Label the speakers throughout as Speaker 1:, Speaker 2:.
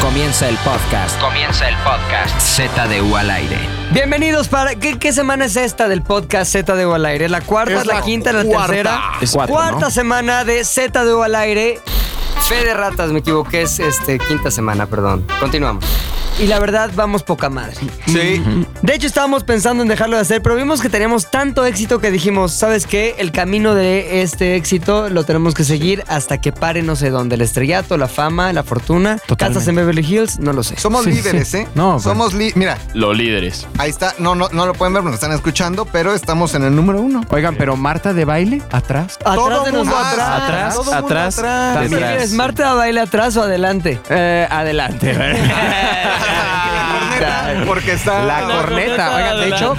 Speaker 1: Comienza el podcast.
Speaker 2: Comienza el podcast Z de U al aire.
Speaker 1: Bienvenidos para. ¿Qué, qué semana es esta del podcast Z de U al aire? ¿La cuarta,
Speaker 3: Es
Speaker 1: la,
Speaker 3: la
Speaker 1: quinta, la
Speaker 3: cuarta.
Speaker 1: tercera?
Speaker 2: Es cuatro,
Speaker 1: cuarta
Speaker 2: ¿no?
Speaker 1: semana de Z de U al aire. Fe de ratas, me equivoqué, es este, quinta semana, perdón. Continuamos. Y la verdad, vamos poca madre.
Speaker 3: Sí.
Speaker 1: De hecho, estábamos pensando en dejarlo de hacer, pero vimos que teníamos tanto éxito que dijimos, ¿sabes qué? El camino de este éxito lo tenemos que seguir hasta que pare no sé dónde. El estrellato, la fama, la fortuna, casas en Beverly Hills, no lo sé.
Speaker 3: Somos
Speaker 4: Sí,
Speaker 3: líderes,
Speaker 4: sí.
Speaker 3: ¿eh?
Speaker 4: No, pues.
Speaker 3: Somos li- Mira,
Speaker 5: Los líderes.
Speaker 3: ahí está. No, no, no lo pueden ver, nos están escuchando, pero estamos en el número uno.
Speaker 4: Oigan, pero Marta de baile atrás.
Speaker 1: Atrás
Speaker 3: Todo
Speaker 1: de
Speaker 3: mundo
Speaker 1: nosotros.
Speaker 3: atrás.
Speaker 5: Atrás,
Speaker 3: Todo mundo
Speaker 5: atrás,
Speaker 3: atrás.
Speaker 1: ¿Qué
Speaker 5: detrás.
Speaker 1: quieres, Marta baila atrás o adelante?
Speaker 4: Eh, adelante.
Speaker 3: La corneta, porque está.
Speaker 4: La corneta. Oigan, de hecho,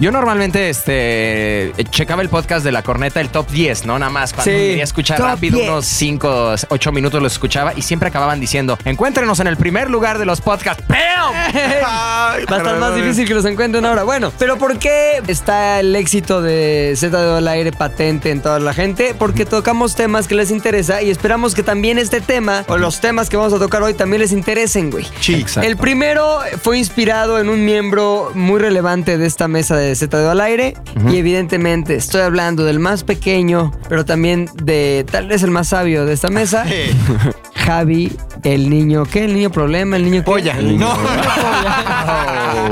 Speaker 4: yo normalmente este, checaba el podcast de la corneta, el top 10, ¿no? Nada más. Cuando
Speaker 1: Sí.
Speaker 4: quería escuchar
Speaker 1: Top
Speaker 4: rápido,
Speaker 1: 10.
Speaker 4: unos 5, 8 minutos los escuchaba y siempre acababan diciendo: Encuéntrenos en el primer lugar de los podcasts. ¡Pam!
Speaker 3: Ay,
Speaker 1: Va a estar
Speaker 3: pero-
Speaker 1: más difícil que los encuentren ahora. Bueno, pero ¿por qué está el éxito de Z de al aire patente en toda la gente? Porque tocamos temas que les interesa y esperamos que también este tema o los temas que vamos a tocar hoy también les interesen, güey. El primero fue inspirado en un miembro muy relevante de esta mesa de Z de al aire y evidentemente estoy hablando del más pequeño, pero también de tal vez el más sabio de esta mesa,
Speaker 3: Eh,
Speaker 1: Javi, el niño, ¿qué? El niño problema, el niño qué?
Speaker 3: Polla. No.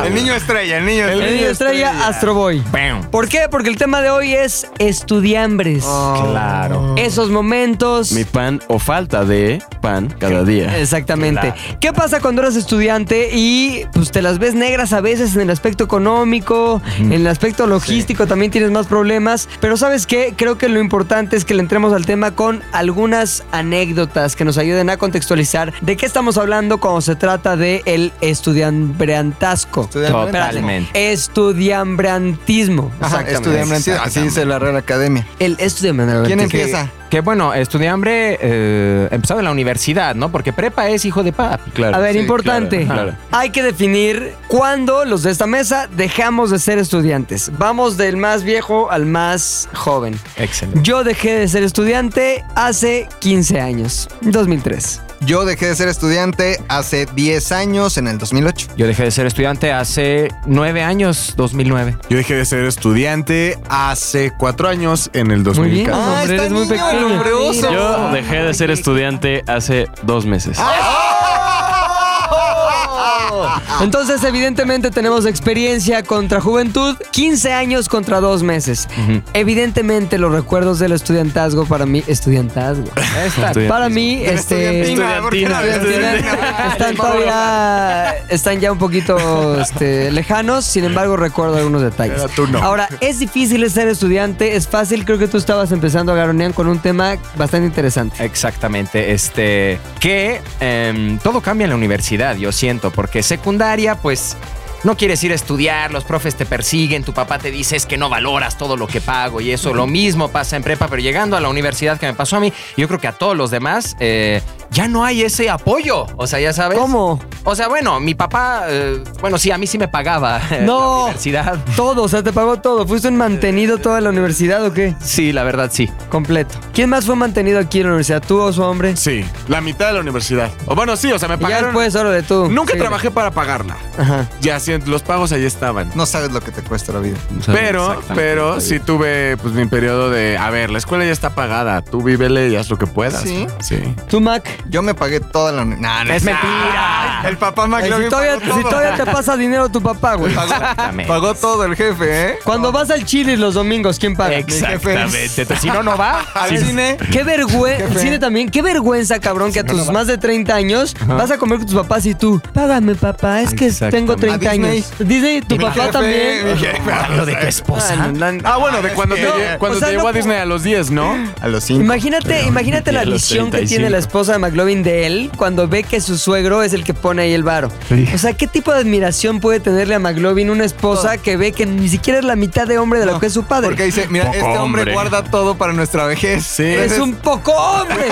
Speaker 3: El niño estrella, el niño
Speaker 1: El niño estrella Astro Boy.
Speaker 4: ¡Pam!
Speaker 1: ¿Por qué? Porque el tema de hoy es estudiambres.
Speaker 4: Claro.
Speaker 1: Esos momentos.
Speaker 5: Mi pan o falta de pan cada día.
Speaker 1: Exactamente. ¿Qué pasa cuando eres estudiante y pues te las ves negras a veces en el aspecto económico, en el aspecto logístico también tienes más problemas? Pero sabes qué, creo que lo importante es que le entremos al tema con algunas anécdotas que nos ayuden a contextualizar de qué estamos hablando cuando se trata de el estudiambreantasco.
Speaker 4: Totalmente.
Speaker 1: Estudiambrantismo.
Speaker 3: Ah. Estudiante, así dice la Real Academia.
Speaker 1: El estudiambrantismo.
Speaker 3: ¿Quién empieza?
Speaker 4: Que bueno, estudiambre eh, empezado en la universidad, ¿no? Porque prepa es hijo de papi.
Speaker 5: Claro.
Speaker 1: A ver,
Speaker 5: Sí,
Speaker 1: importante.
Speaker 5: claro, claro.
Speaker 1: Hay que definir cuándo los de esta mesa dejamos de ser estudiantes. Vamos del más viejo al más joven.
Speaker 4: Excelente.
Speaker 1: Yo dejé de ser estudiante hace 15 años, 2003.
Speaker 3: Yo dejé de ser estudiante hace 10 años, en el 2008.
Speaker 4: Yo dejé de ser estudiante hace nueve años, 2009.
Speaker 6: Yo dejé de ser estudiante hace cuatro años en el
Speaker 1: Muy bien. Ah,
Speaker 6: 2014.
Speaker 1: hombre,
Speaker 3: está
Speaker 1: eres muy
Speaker 3: niño, el
Speaker 1: pequeño.
Speaker 3: hombre oso.
Speaker 5: Yo dejé de ser estudiante hace dos meses.
Speaker 1: Ah, Entonces, evidentemente, tenemos experiencia contra juventud, 15 años contra dos meses. Evidentemente, los recuerdos del estudiantazgo para mí, estudiantazgo.
Speaker 5: Estudiante.
Speaker 1: Para mí, este.
Speaker 3: Estudiantina, ¿por qué no había estudiantina?
Speaker 1: Están todavía, están ya un poquito este, lejanos, sin embargo recuerdo algunos detalles.
Speaker 6: Pero tú no.
Speaker 1: Ahora, es difícil ser estudiante, es fácil, creo que tú estabas empezando a garonear con un tema bastante interesante.
Speaker 4: Exactamente, este, que em, todo cambia en la universidad, yo siento, porque secundaria, pues, no quieres ir a estudiar, los profes te persiguen, tu papá te dice es que no valoras todo lo que pago y eso, lo mismo pasa en prepa, pero llegando a la universidad que me pasó a mí, yo creo que a todos los demás, eh, ya no hay ese apoyo, o sea, ya sabes.
Speaker 1: ¿Cómo?
Speaker 4: O sea, bueno, mi papá, eh, bueno, sí, a mí sí me pagaba eh,
Speaker 1: No.
Speaker 4: la universidad.
Speaker 1: Todo, o sea, te pagó todo. ¿Fuiste un mantenido toda la universidad o qué?
Speaker 4: Sí, la verdad, sí.
Speaker 1: Completo. ¿Quién más fue mantenido aquí en la universidad? ¿Tú o su hombre?
Speaker 6: Sí, la mitad de la universidad. O bueno, sí, o sea, me
Speaker 1: Y ya
Speaker 6: pagaron.
Speaker 1: después, solo de tú.
Speaker 6: Nunca
Speaker 1: Sí.
Speaker 6: trabajé para pagarla.
Speaker 1: Ajá.
Speaker 6: Ya sí, los pagos ahí estaban.
Speaker 3: No sabes lo que te cuesta la vida.
Speaker 6: Pero, pero sí tuve pues mi periodo de, a ver, la escuela ya está pagada, tú vívele y haz lo que puedas.
Speaker 3: Sí.
Speaker 6: Sí.
Speaker 1: ¿Tú, Mac?
Speaker 3: Yo me pagué toda la universidad.
Speaker 4: Es mentira.
Speaker 3: El papá
Speaker 1: Ay,
Speaker 3: McLovin
Speaker 1: si, todavía,
Speaker 3: pagó
Speaker 1: si
Speaker 3: todo.
Speaker 1: todavía te pasa dinero tu papá, güey.
Speaker 4: Exactamente.
Speaker 3: Pagó todo el jefe, ¿eh?
Speaker 1: Cuando vas al Chile los domingos, ¿quién paga?
Speaker 4: Exactamente. Si no, no va.
Speaker 3: Al cine.
Speaker 1: Qué vergüenza,
Speaker 3: Qué feo.
Speaker 1: cine también, qué vergüenza, cabrón, que a tus más de 30 años vas a comer con tus papás y tú, págame, papá, es que tengo 30
Speaker 3: A Disney.
Speaker 1: años. Disney, tu
Speaker 3: Mi
Speaker 1: papá
Speaker 3: jefe, mi
Speaker 1: también.
Speaker 3: jefe.
Speaker 4: Lo de tu esposa.
Speaker 1: Ah, no, no, no.
Speaker 6: Ah, bueno, de cuando te,
Speaker 3: No,
Speaker 6: lle- cuando
Speaker 1: o sea,
Speaker 6: te
Speaker 1: no
Speaker 6: llevó a
Speaker 1: puedo-
Speaker 6: Disney a los 10, ¿no?
Speaker 3: A los cinco.
Speaker 1: Imagínate, imagínate la
Speaker 5: a los
Speaker 1: visión que
Speaker 5: 35.
Speaker 1: tiene la esposa de McLovin de él cuando ve que su suegro es el que pone ahí el varo. O sea, ¿qué tipo de admiración puede tenerle a McLovin una esposa que ve que ni siquiera es la mitad de hombre de lo que es su padre?
Speaker 3: Porque dice, mira,
Speaker 5: Poco
Speaker 3: este hombre,
Speaker 5: hombre.
Speaker 3: guarda todo para nuestra vejez.
Speaker 6: Sí.
Speaker 1: es un poco hombre.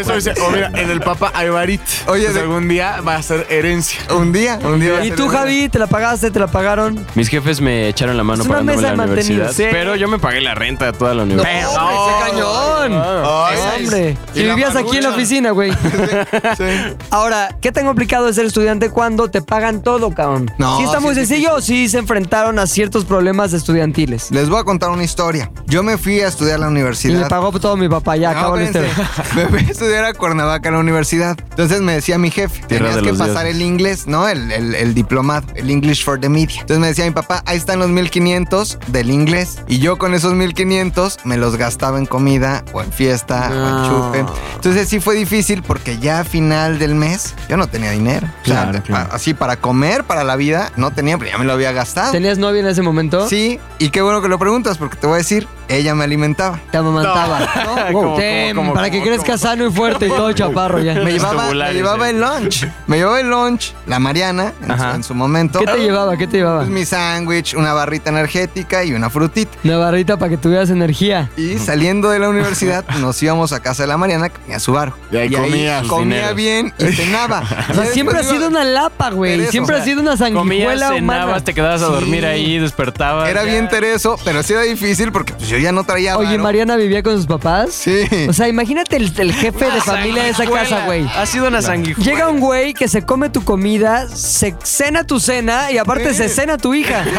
Speaker 6: Eso dice, o mira, en el Papa Aybarit.
Speaker 3: Oye,
Speaker 6: Oye,
Speaker 3: de-
Speaker 6: algún Pues día va a ser herencia.
Speaker 3: Un día, un día. va a
Speaker 1: y
Speaker 3: ser
Speaker 1: tú,
Speaker 3: el-
Speaker 1: Javi, te la pagaste? ¿Te la pagaron?
Speaker 5: Mis jefes me Eh, echaron la mano
Speaker 1: Es una
Speaker 5: pagándome
Speaker 1: mesa
Speaker 5: la
Speaker 1: de
Speaker 5: universidad.
Speaker 1: mantenidos. Sí.
Speaker 5: Pero yo me pagué la renta de toda la universidad.
Speaker 1: ¡Hombre, qué cañón!
Speaker 3: Ay,
Speaker 1: ¡Hombre!
Speaker 3: y
Speaker 1: Si
Speaker 3: la
Speaker 1: vivías aquí en la
Speaker 3: marucha.
Speaker 1: oficina, güey. Ahora, ¿qué tan complicado es ser estudiante cuando te pagan todo, cabrón?
Speaker 3: No,
Speaker 1: Sí está muy
Speaker 3: sí es
Speaker 1: sencillo o sí se enfrentaron a ciertos problemas estudiantiles.
Speaker 3: Les voy a contar una historia. Yo me fui a estudiar a
Speaker 1: Y
Speaker 3: la
Speaker 1: le
Speaker 3: universidad.
Speaker 1: pagó todo mi papá, ya, este,
Speaker 3: No,
Speaker 1: acabó la
Speaker 3: espérense.
Speaker 1: historia.
Speaker 3: Me fui a estudiar a Cuernavaca a la universidad. Entonces me decía mi jefe,
Speaker 5: Tierra
Speaker 3: tenías
Speaker 5: de
Speaker 3: que
Speaker 5: los
Speaker 3: pasar
Speaker 5: dioses.
Speaker 3: el inglés, ¿no? El, el- el diplomado, el English for the Media. Entonces me decía mi papá, ahí están los 1500 del inglés. Y yo con esos 1500 me los gastaba en comida o en fiesta o en chupe. Entonces sí fue difícil porque ya a final del mes yo no tenía dinero. O sea,
Speaker 5: Claro,
Speaker 3: de-
Speaker 5: claro.
Speaker 3: pa- así para comer, para la vida, no tenía, pero ya me lo había gastado.
Speaker 1: ¿Tenías novia en ese momento?
Speaker 3: Sí, y qué bueno que lo preguntas porque te voy a decir, ella me alimentaba.
Speaker 1: Te amamantaba. ¿no?
Speaker 5: ¿Cómo,
Speaker 1: Tem,
Speaker 5: cómo, cómo,
Speaker 1: para que
Speaker 5: cómo,
Speaker 1: crezcas sano y fuerte y todo chaparro ya.
Speaker 3: Me llevaba, me
Speaker 5: tubulares,
Speaker 3: llevaba
Speaker 5: eh.
Speaker 3: el lunch. Me llevaba el lunch, la Mariana, en su,
Speaker 5: Ajá.
Speaker 3: en su momento.
Speaker 1: ¿Qué te llevaba? ¿Qué te llevaba?
Speaker 3: Pues, mi sándwich, una barrita energética y una frutita.
Speaker 1: Una barrita para que tuvieras energía.
Speaker 3: Y saliendo de la universidad, nos íbamos a casa de la Mariana, que tenía su bar.
Speaker 6: Y ahí comías
Speaker 3: comía
Speaker 5: dinero.
Speaker 3: bien y cenaba.
Speaker 1: O sea, siempre ha sido una lapa, güey.
Speaker 3: Tereso,
Speaker 1: Siempre
Speaker 3: o
Speaker 1: ha
Speaker 3: sea,
Speaker 1: sido una
Speaker 5: Comías,
Speaker 1: sanguijuela humana.
Speaker 5: cenabas, te quedabas a dormir
Speaker 3: Sí.
Speaker 5: ahí, despertabas.
Speaker 3: Era bien tereso, pero sí era difícil porque pues, yo ya no traía
Speaker 1: Oye,
Speaker 3: varo.
Speaker 1: Mariana vivía con sus papás.
Speaker 3: Sí.
Speaker 1: O sea, imagínate el, el jefe de familia de esa casa, güey.
Speaker 5: Ha sido una sanguijuela.
Speaker 1: Llega un güey que se come tu comida, se cena tu cena y aparte
Speaker 3: Sí.
Speaker 1: se cena tu hija.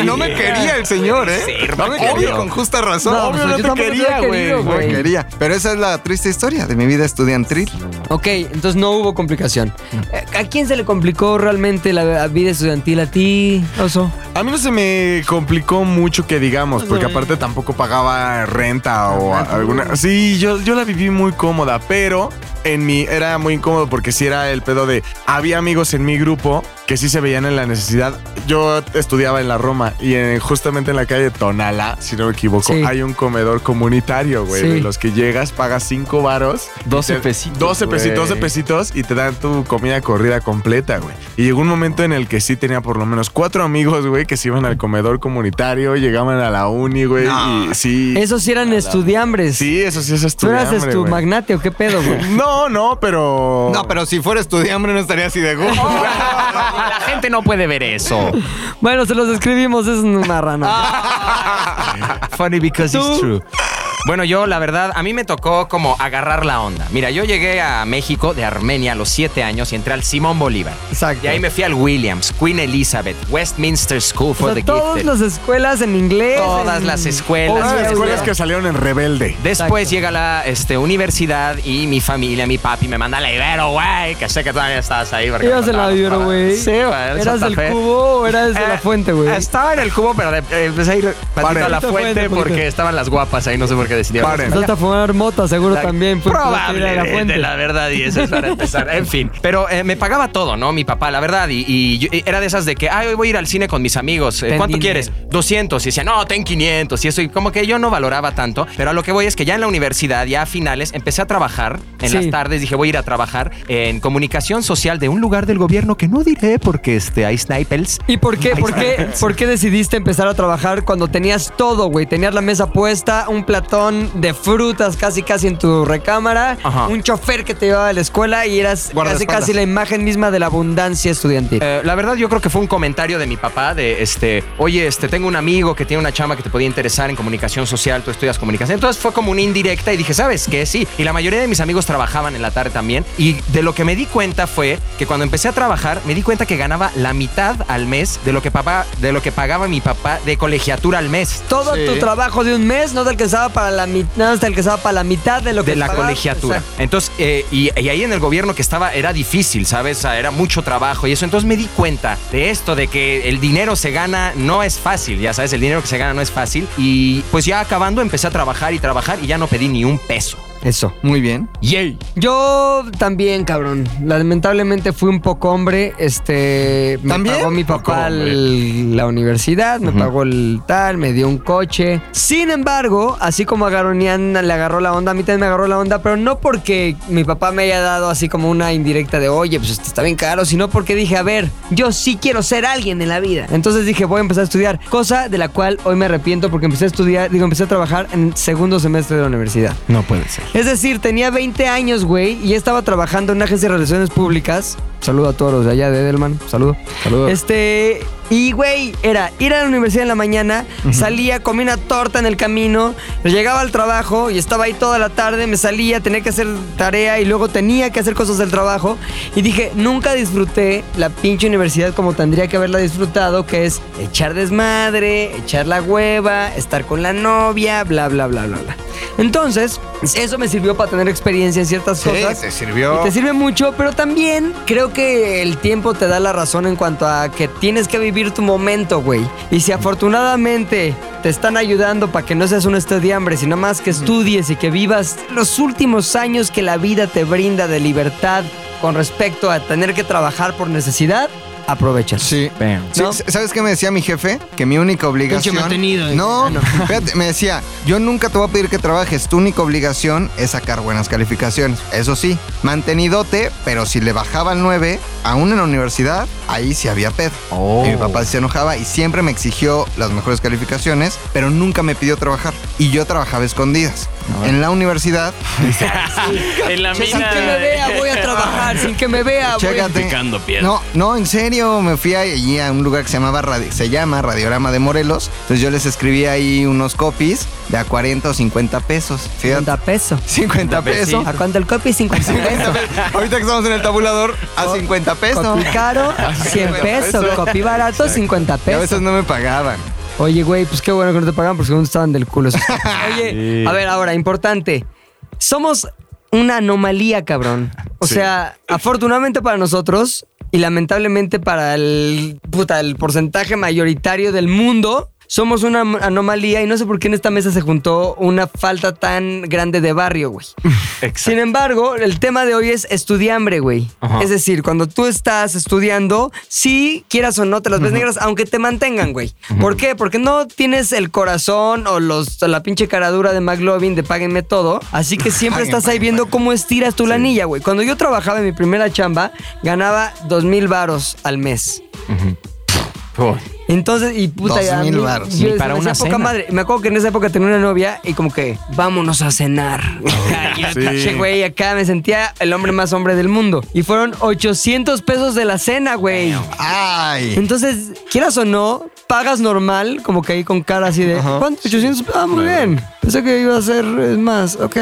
Speaker 3: Y no me quería el señor, ¿eh? No me quería con justa razón.
Speaker 1: No, pues, yo tampoco te hubiera querido,
Speaker 3: No me
Speaker 1: güey.
Speaker 3: quería. Pero esa es la triste historia de mi vida estudiantil.
Speaker 1: Ok, entonces no hubo complicación. Eh, ¿A quién se le complicó realmente la vida estudiantil? ¿A ti, Oso?
Speaker 6: A mí no se me complicó mucho que digamos, porque aparte tampoco pagaba renta o a- alguna. Sí, yo, yo la viví muy cómoda, pero en mi era muy incómodo porque sí era el pedo de había amigos en mi grupo que sí se veían en la necesidad. Yo estudiaba en la Roma y en- justamente en la calle Tonala, si no me equivoco,
Speaker 1: Sí.
Speaker 6: hay un comedor comunitario, güey,
Speaker 1: Sí.
Speaker 6: de los que llegas, pagas cinco varos
Speaker 5: 12
Speaker 6: te-
Speaker 5: pesitos.
Speaker 6: 12
Speaker 5: güey.
Speaker 6: pesitos, 12 pesitos y te dan tu comida corrida completa, güey. Y llegó un momento en el que sí tenía por lo menos cuatro amigos, güey, que se iban al comedor comunitario, llegaban a la uni, güey, y sí.
Speaker 1: Esos sí eran estudiambres.
Speaker 6: Sí, eso sí es
Speaker 1: ¿Tú eras
Speaker 6: estudiante.
Speaker 1: estu magnate o qué pedo, güey?
Speaker 6: No, no,
Speaker 1: Oh.
Speaker 6: pero.
Speaker 3: No, pero si fuera estudiante no estaría así de gusto.
Speaker 4: La gente no puede ver eso.
Speaker 1: Bueno, se los escribimos, es un marrano.
Speaker 4: Ah. Funny because it's true. Bueno, yo la verdad, a mí me tocó como agarrar la onda. Mira, yo llegué a México de Armenia a los 7 años y entré al Simón Bolívar.
Speaker 1: Exacto.
Speaker 4: De ahí me fui al Williams, Queen Elizabeth, Westminster School
Speaker 1: O
Speaker 4: for
Speaker 1: sea,
Speaker 4: the
Speaker 1: todas
Speaker 4: Gifted.
Speaker 1: las escuelas en inglés.
Speaker 4: Todas
Speaker 1: en-
Speaker 4: las escuelas.
Speaker 6: Una de las
Speaker 4: Las
Speaker 6: escuelas que salieron en rebelde.
Speaker 4: Después
Speaker 1: Exacto.
Speaker 4: llega la este, universidad y mi familia, mi papi me manda a la Ibero, güey, que sé que todavía estabas ahí. porque
Speaker 1: Ibas
Speaker 4: me
Speaker 1: en la
Speaker 4: mandaban
Speaker 1: Ibero,
Speaker 4: para-
Speaker 1: güey.
Speaker 4: Sí, güey. en
Speaker 1: ¿Eras
Speaker 4: Santa
Speaker 1: del
Speaker 4: Fe.
Speaker 1: cubo o eras de la
Speaker 4: Eh,
Speaker 1: fuente, güey?
Speaker 4: Estaba en el cubo, pero de- eh, empecé a ir patito a la
Speaker 1: Patito a fuente,
Speaker 4: fuente
Speaker 1: patito.
Speaker 4: porque estaban las guapas ahí, no sé por qué decidieron.
Speaker 6: Paren.
Speaker 1: Salta a fumar mota, seguro
Speaker 4: La-
Speaker 1: también. pues,
Speaker 4: probable, eh,
Speaker 1: tuviste que ir a la
Speaker 4: de-
Speaker 1: fuente.
Speaker 4: de la verdad, y eso es para empezar. En fin. Pero eh, me pagaba todo, ¿no? Mi papá, la verdad. Y, y yo- y era de esas de que, ay, hoy voy a ir al cine con mis amigos. Eh,
Speaker 1: Ten
Speaker 4: ¿Cuánto
Speaker 1: dinero.
Speaker 4: quieres? 200. Y decía, no, ten 500. Y eso, y como que yo no valoraba tanto. Pero a lo que voy es que ya en la universidad, ya a finales, empecé a trabajar en
Speaker 1: Sí.
Speaker 4: las tardes. Dije, voy a ir a trabajar en comunicación social de un lugar del gobierno que no diré porque este, hay snipers.
Speaker 1: ¿Y por qué, por, qué, por qué decidiste empezar a trabajar cuando tenías todo, güey? Tenías la mesa puesta, un platón de frutas casi casi en tu recámara,
Speaker 4: Ajá.
Speaker 1: un chofer que te llevaba a la escuela y eras casi
Speaker 3: Guardaespaldas.
Speaker 1: casi la imagen misma de la abundancia estudiantil.
Speaker 4: Eh, la verdad, yo creo que fue un comentario de mi papá de este, oye, este, tengo un amigo que tiene una chama que te podía interesar en comunicación social, tú estudias comunicación. Entonces fue como una indirecta y dije, ¿sabes qué? Sí. Y la mayoría de mis amigos trabajaban en la tarde también. Y de lo que me di cuenta fue que cuando empecé a trabajar, me di cuenta que ganaba la mitad al mes de lo que papá, de lo que pagaba mi papá de colegiatura al mes.
Speaker 1: todo tu trabajo de un mes no te alcanzaba para la mitad, no te alcanzaba para la mitad de lo que
Speaker 4: de la
Speaker 1: pagabas.
Speaker 4: colegiatura.
Speaker 1: Exacto.
Speaker 4: Entonces, eh, y, y ahí en el gobierno que estaba era difícil, ¿sabes? O sea, era mucho trabajo y eso. Entonces me di cuenta de esto, de que el dinero se gana no es fácil, ya sabes, el dinero que se gana no es fácil. Y pues ya acabando empecé a trabajar y trabajar y ya no pedí ni un peso.
Speaker 1: Eso.
Speaker 3: Muy bien.
Speaker 4: ¡Yay!
Speaker 1: Yo también, cabrón. Lamentablemente fui un poco hombre. Este. Me
Speaker 3: ¿También?
Speaker 1: pagó mi papá el- la universidad, me pagó el tal, me dio un coche. Sin embargo, así como a Garonian le agarró la onda, a mí también me agarró la onda, pero no porque mi papá me haya dado así como una indirecta de, oye, pues este está bien caro, sino porque dije, a ver, yo sí quiero ser alguien en la vida. Entonces dije, voy a empezar a estudiar, cosa de la cual hoy me arrepiento porque empecé a estudiar, digo, empecé a trabajar en segundo semestre de la universidad.
Speaker 4: No puede ser.
Speaker 1: Es decir, tenía 20 años, güey, y ya estaba trabajando en una agencia de relaciones públicas Saludo a todos los de allá de Edelman. Saludo.
Speaker 6: Saludos.
Speaker 1: Este, y güey, era ir a la universidad en la mañana, salía, comía una torta en el camino, llegaba al trabajo y estaba ahí toda la tarde, me salía, tenía que hacer tarea y luego tenía que hacer cosas del trabajo. Y dije, nunca disfruté la pinche universidad como tendría que haberla disfrutado, que es echar desmadre, echar la hueva, estar con la novia, bla, bla, bla, bla, bla. Entonces, eso me sirvió para tener experiencia en ciertas
Speaker 3: Sí,
Speaker 1: cosas.
Speaker 3: te sirvió.
Speaker 1: Y te sirve mucho, pero también creo que el tiempo te da la razón en cuanto a que tienes que vivir tu momento, güey. Y si afortunadamente te están ayudando para que no seas un estudiambre, sino más que estudies y que vivas los últimos años que la vida te brinda de libertad con respecto a tener que trabajar por necesidad, aprovechas.
Speaker 3: Sí. Sí,
Speaker 1: ¿No?
Speaker 3: ¿Sabes qué me decía mi jefe? Que mi única obligación.
Speaker 1: Pinche mantenido, eh.
Speaker 3: No,
Speaker 1: Ah, no.
Speaker 3: fíjate, me decía, yo nunca te voy a pedir que trabajes. Tu única obligación es sacar buenas calificaciones. Eso sí, mantenidote, pero si le bajaba al 9, aún en la universidad, ahí sí había pedo.
Speaker 1: Oh.
Speaker 3: Y mi papá se enojaba y siempre me exigió las mejores calificaciones, pero nunca me pidió trabajar. Y yo trabajaba a escondidas. En la universidad,
Speaker 5: En la
Speaker 1: Sin que me vea, voy a trabajar. Sin que me
Speaker 5: Ah,
Speaker 1: vea, voy a...
Speaker 3: chécate.
Speaker 5: Picando piedra.
Speaker 3: No, no, en serio, me fui allí a un lugar que se llamaba Radi- se llama Radiorama de Morelos. Entonces yo les escribí ahí unos copies de a 40 o 50 pesos. Fíjate.
Speaker 1: 50 pesos.
Speaker 3: 50 pesos.
Speaker 1: ¿A cuánto el copy? 50 pesos.
Speaker 3: 50 pesos. Ahorita que estamos en el tabulador, a 50 pesos.
Speaker 1: Copy caro, 100 pesos. Copy barato, 50
Speaker 3: Y a
Speaker 1: pesos.
Speaker 3: veces no me pagaban.
Speaker 1: Oye, güey, pues qué bueno que no te pagaron porque según estaban del culo. esos tipos. Oye, a ver, ahora, importante. Somos una anomalía, cabrón. O sea, afortunadamente para nosotros y lamentablemente para el, puta, el porcentaje mayoritario del mundo, somos una am- anomalía y no sé por qué en esta mesa se juntó una falta tan grande de barrio, güey. Sin embargo, el tema de hoy es estudiambre, güey. Es decir, cuando tú estás estudiando, sí, quieras o no, te las ves negras, aunque te mantengan, güey. ¿Por qué? Porque no tienes el corazón o los, o la pinche caradura de McLovin de páguenme todo. Así que siempre
Speaker 3: Paguen,
Speaker 1: estás ahí
Speaker 3: paguen,
Speaker 1: viendo
Speaker 3: paguen.
Speaker 1: cómo estiras tu lanilla, güey. Cuando yo trabajaba en mi primera chamba, ganaba dos mil varos al mes. Entonces, y puta,
Speaker 3: Dos
Speaker 1: a
Speaker 3: mil
Speaker 1: mí-
Speaker 3: varos.
Speaker 1: yo
Speaker 4: Ni para
Speaker 1: me
Speaker 4: una
Speaker 1: hacía poca
Speaker 4: cena.
Speaker 1: madre. Me acuerdo que en esa época tenía una novia y como que, vámonos a cenar.
Speaker 6: Sí.
Speaker 1: Che, güey, acá me sentía el hombre más hombre del mundo. Y fueron 800 pesos de la cena, güey.
Speaker 3: Ay.
Speaker 1: Entonces, quieras o no, pagas normal, como que ahí con cara así de, ¿cuánto? 800. Ah, muy bien. Pensé que iba a ser eh, más, ok.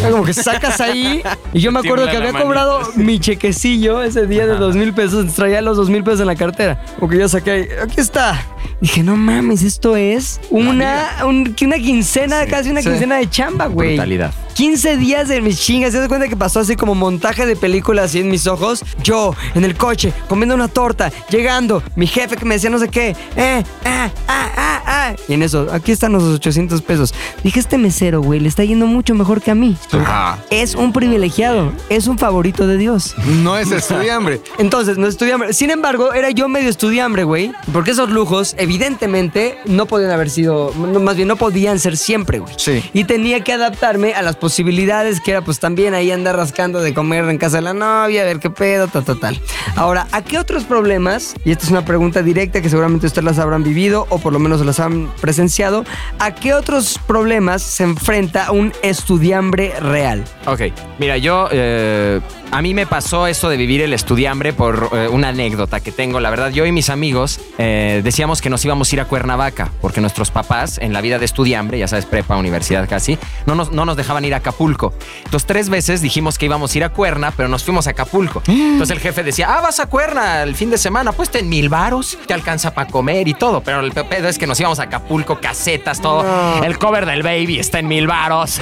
Speaker 1: Ya Como que sacas ahí. Y yo me acuerdo que
Speaker 5: Tiembla la
Speaker 1: había cobrado mi chequecillo ese día de dos mil pesos. entonces Traía los dos mil pesos en la cartera. Como que ya saqué ahí, aquí está. Dije, no mames, esto es una, un- que una quincena, casi una quincena de chamba, güey.
Speaker 4: Brutalidad.
Speaker 1: 15 días de mis chingas. ¿Se das cuenta que pasó así como montaje de película así en mis ojos? Yo, en el coche, comiendo una torta, llegando, mi jefe que me decía no sé qué. Eh, ah, ah, ah, ah. Y en eso, aquí están los 800 pesos. Dije, este mesero, güey, le está yendo mucho mejor que a mí.
Speaker 3: Ajá.
Speaker 1: Es un privilegiado, es un favorito de Dios.
Speaker 3: No es estudiambre.
Speaker 1: Entonces, no estudiambre. Sin embargo, era yo medio estudiambre, güey. Porque esos lujos, evidentemente, no podían haber sido, no, más bien no podían ser siempre, güey.
Speaker 3: Sí.
Speaker 1: Y tenía que adaptarme a las posibilidades que era, pues también ahí andar rascando de comer en casa de la novia, a ver qué pedo, tal, tal, tal. Ahora, ¿a qué otros problemas? Y esta es una pregunta directa que seguramente ustedes las habrán vivido o por lo menos las han presenciado. ¿A qué otros problemas se enfrenta un estudiambre real?
Speaker 4: Ok, mira, yo. eh, a mí me pasó eso de vivir el estudiambre por eh, una anécdota que tengo. La verdad, yo y mis amigos eh, decíamos que nos íbamos a ir a Cuernavaca, porque nuestros papás, en la vida de estudiambre, ya sabes, prepa, universidad casi, no nos, no nos dejaban ir a Acapulco. Entonces, tres veces dijimos que íbamos a ir a Cuerna, pero nos fuimos a Acapulco. Entonces, el jefe decía, ah, vas a Cuerna el fin de semana, pues ten mil varos, te alcanza para comer y todo. Pero el pedo es que nos íbamos a Acapulco, casetas, todo. El cover del baby está en mil varos.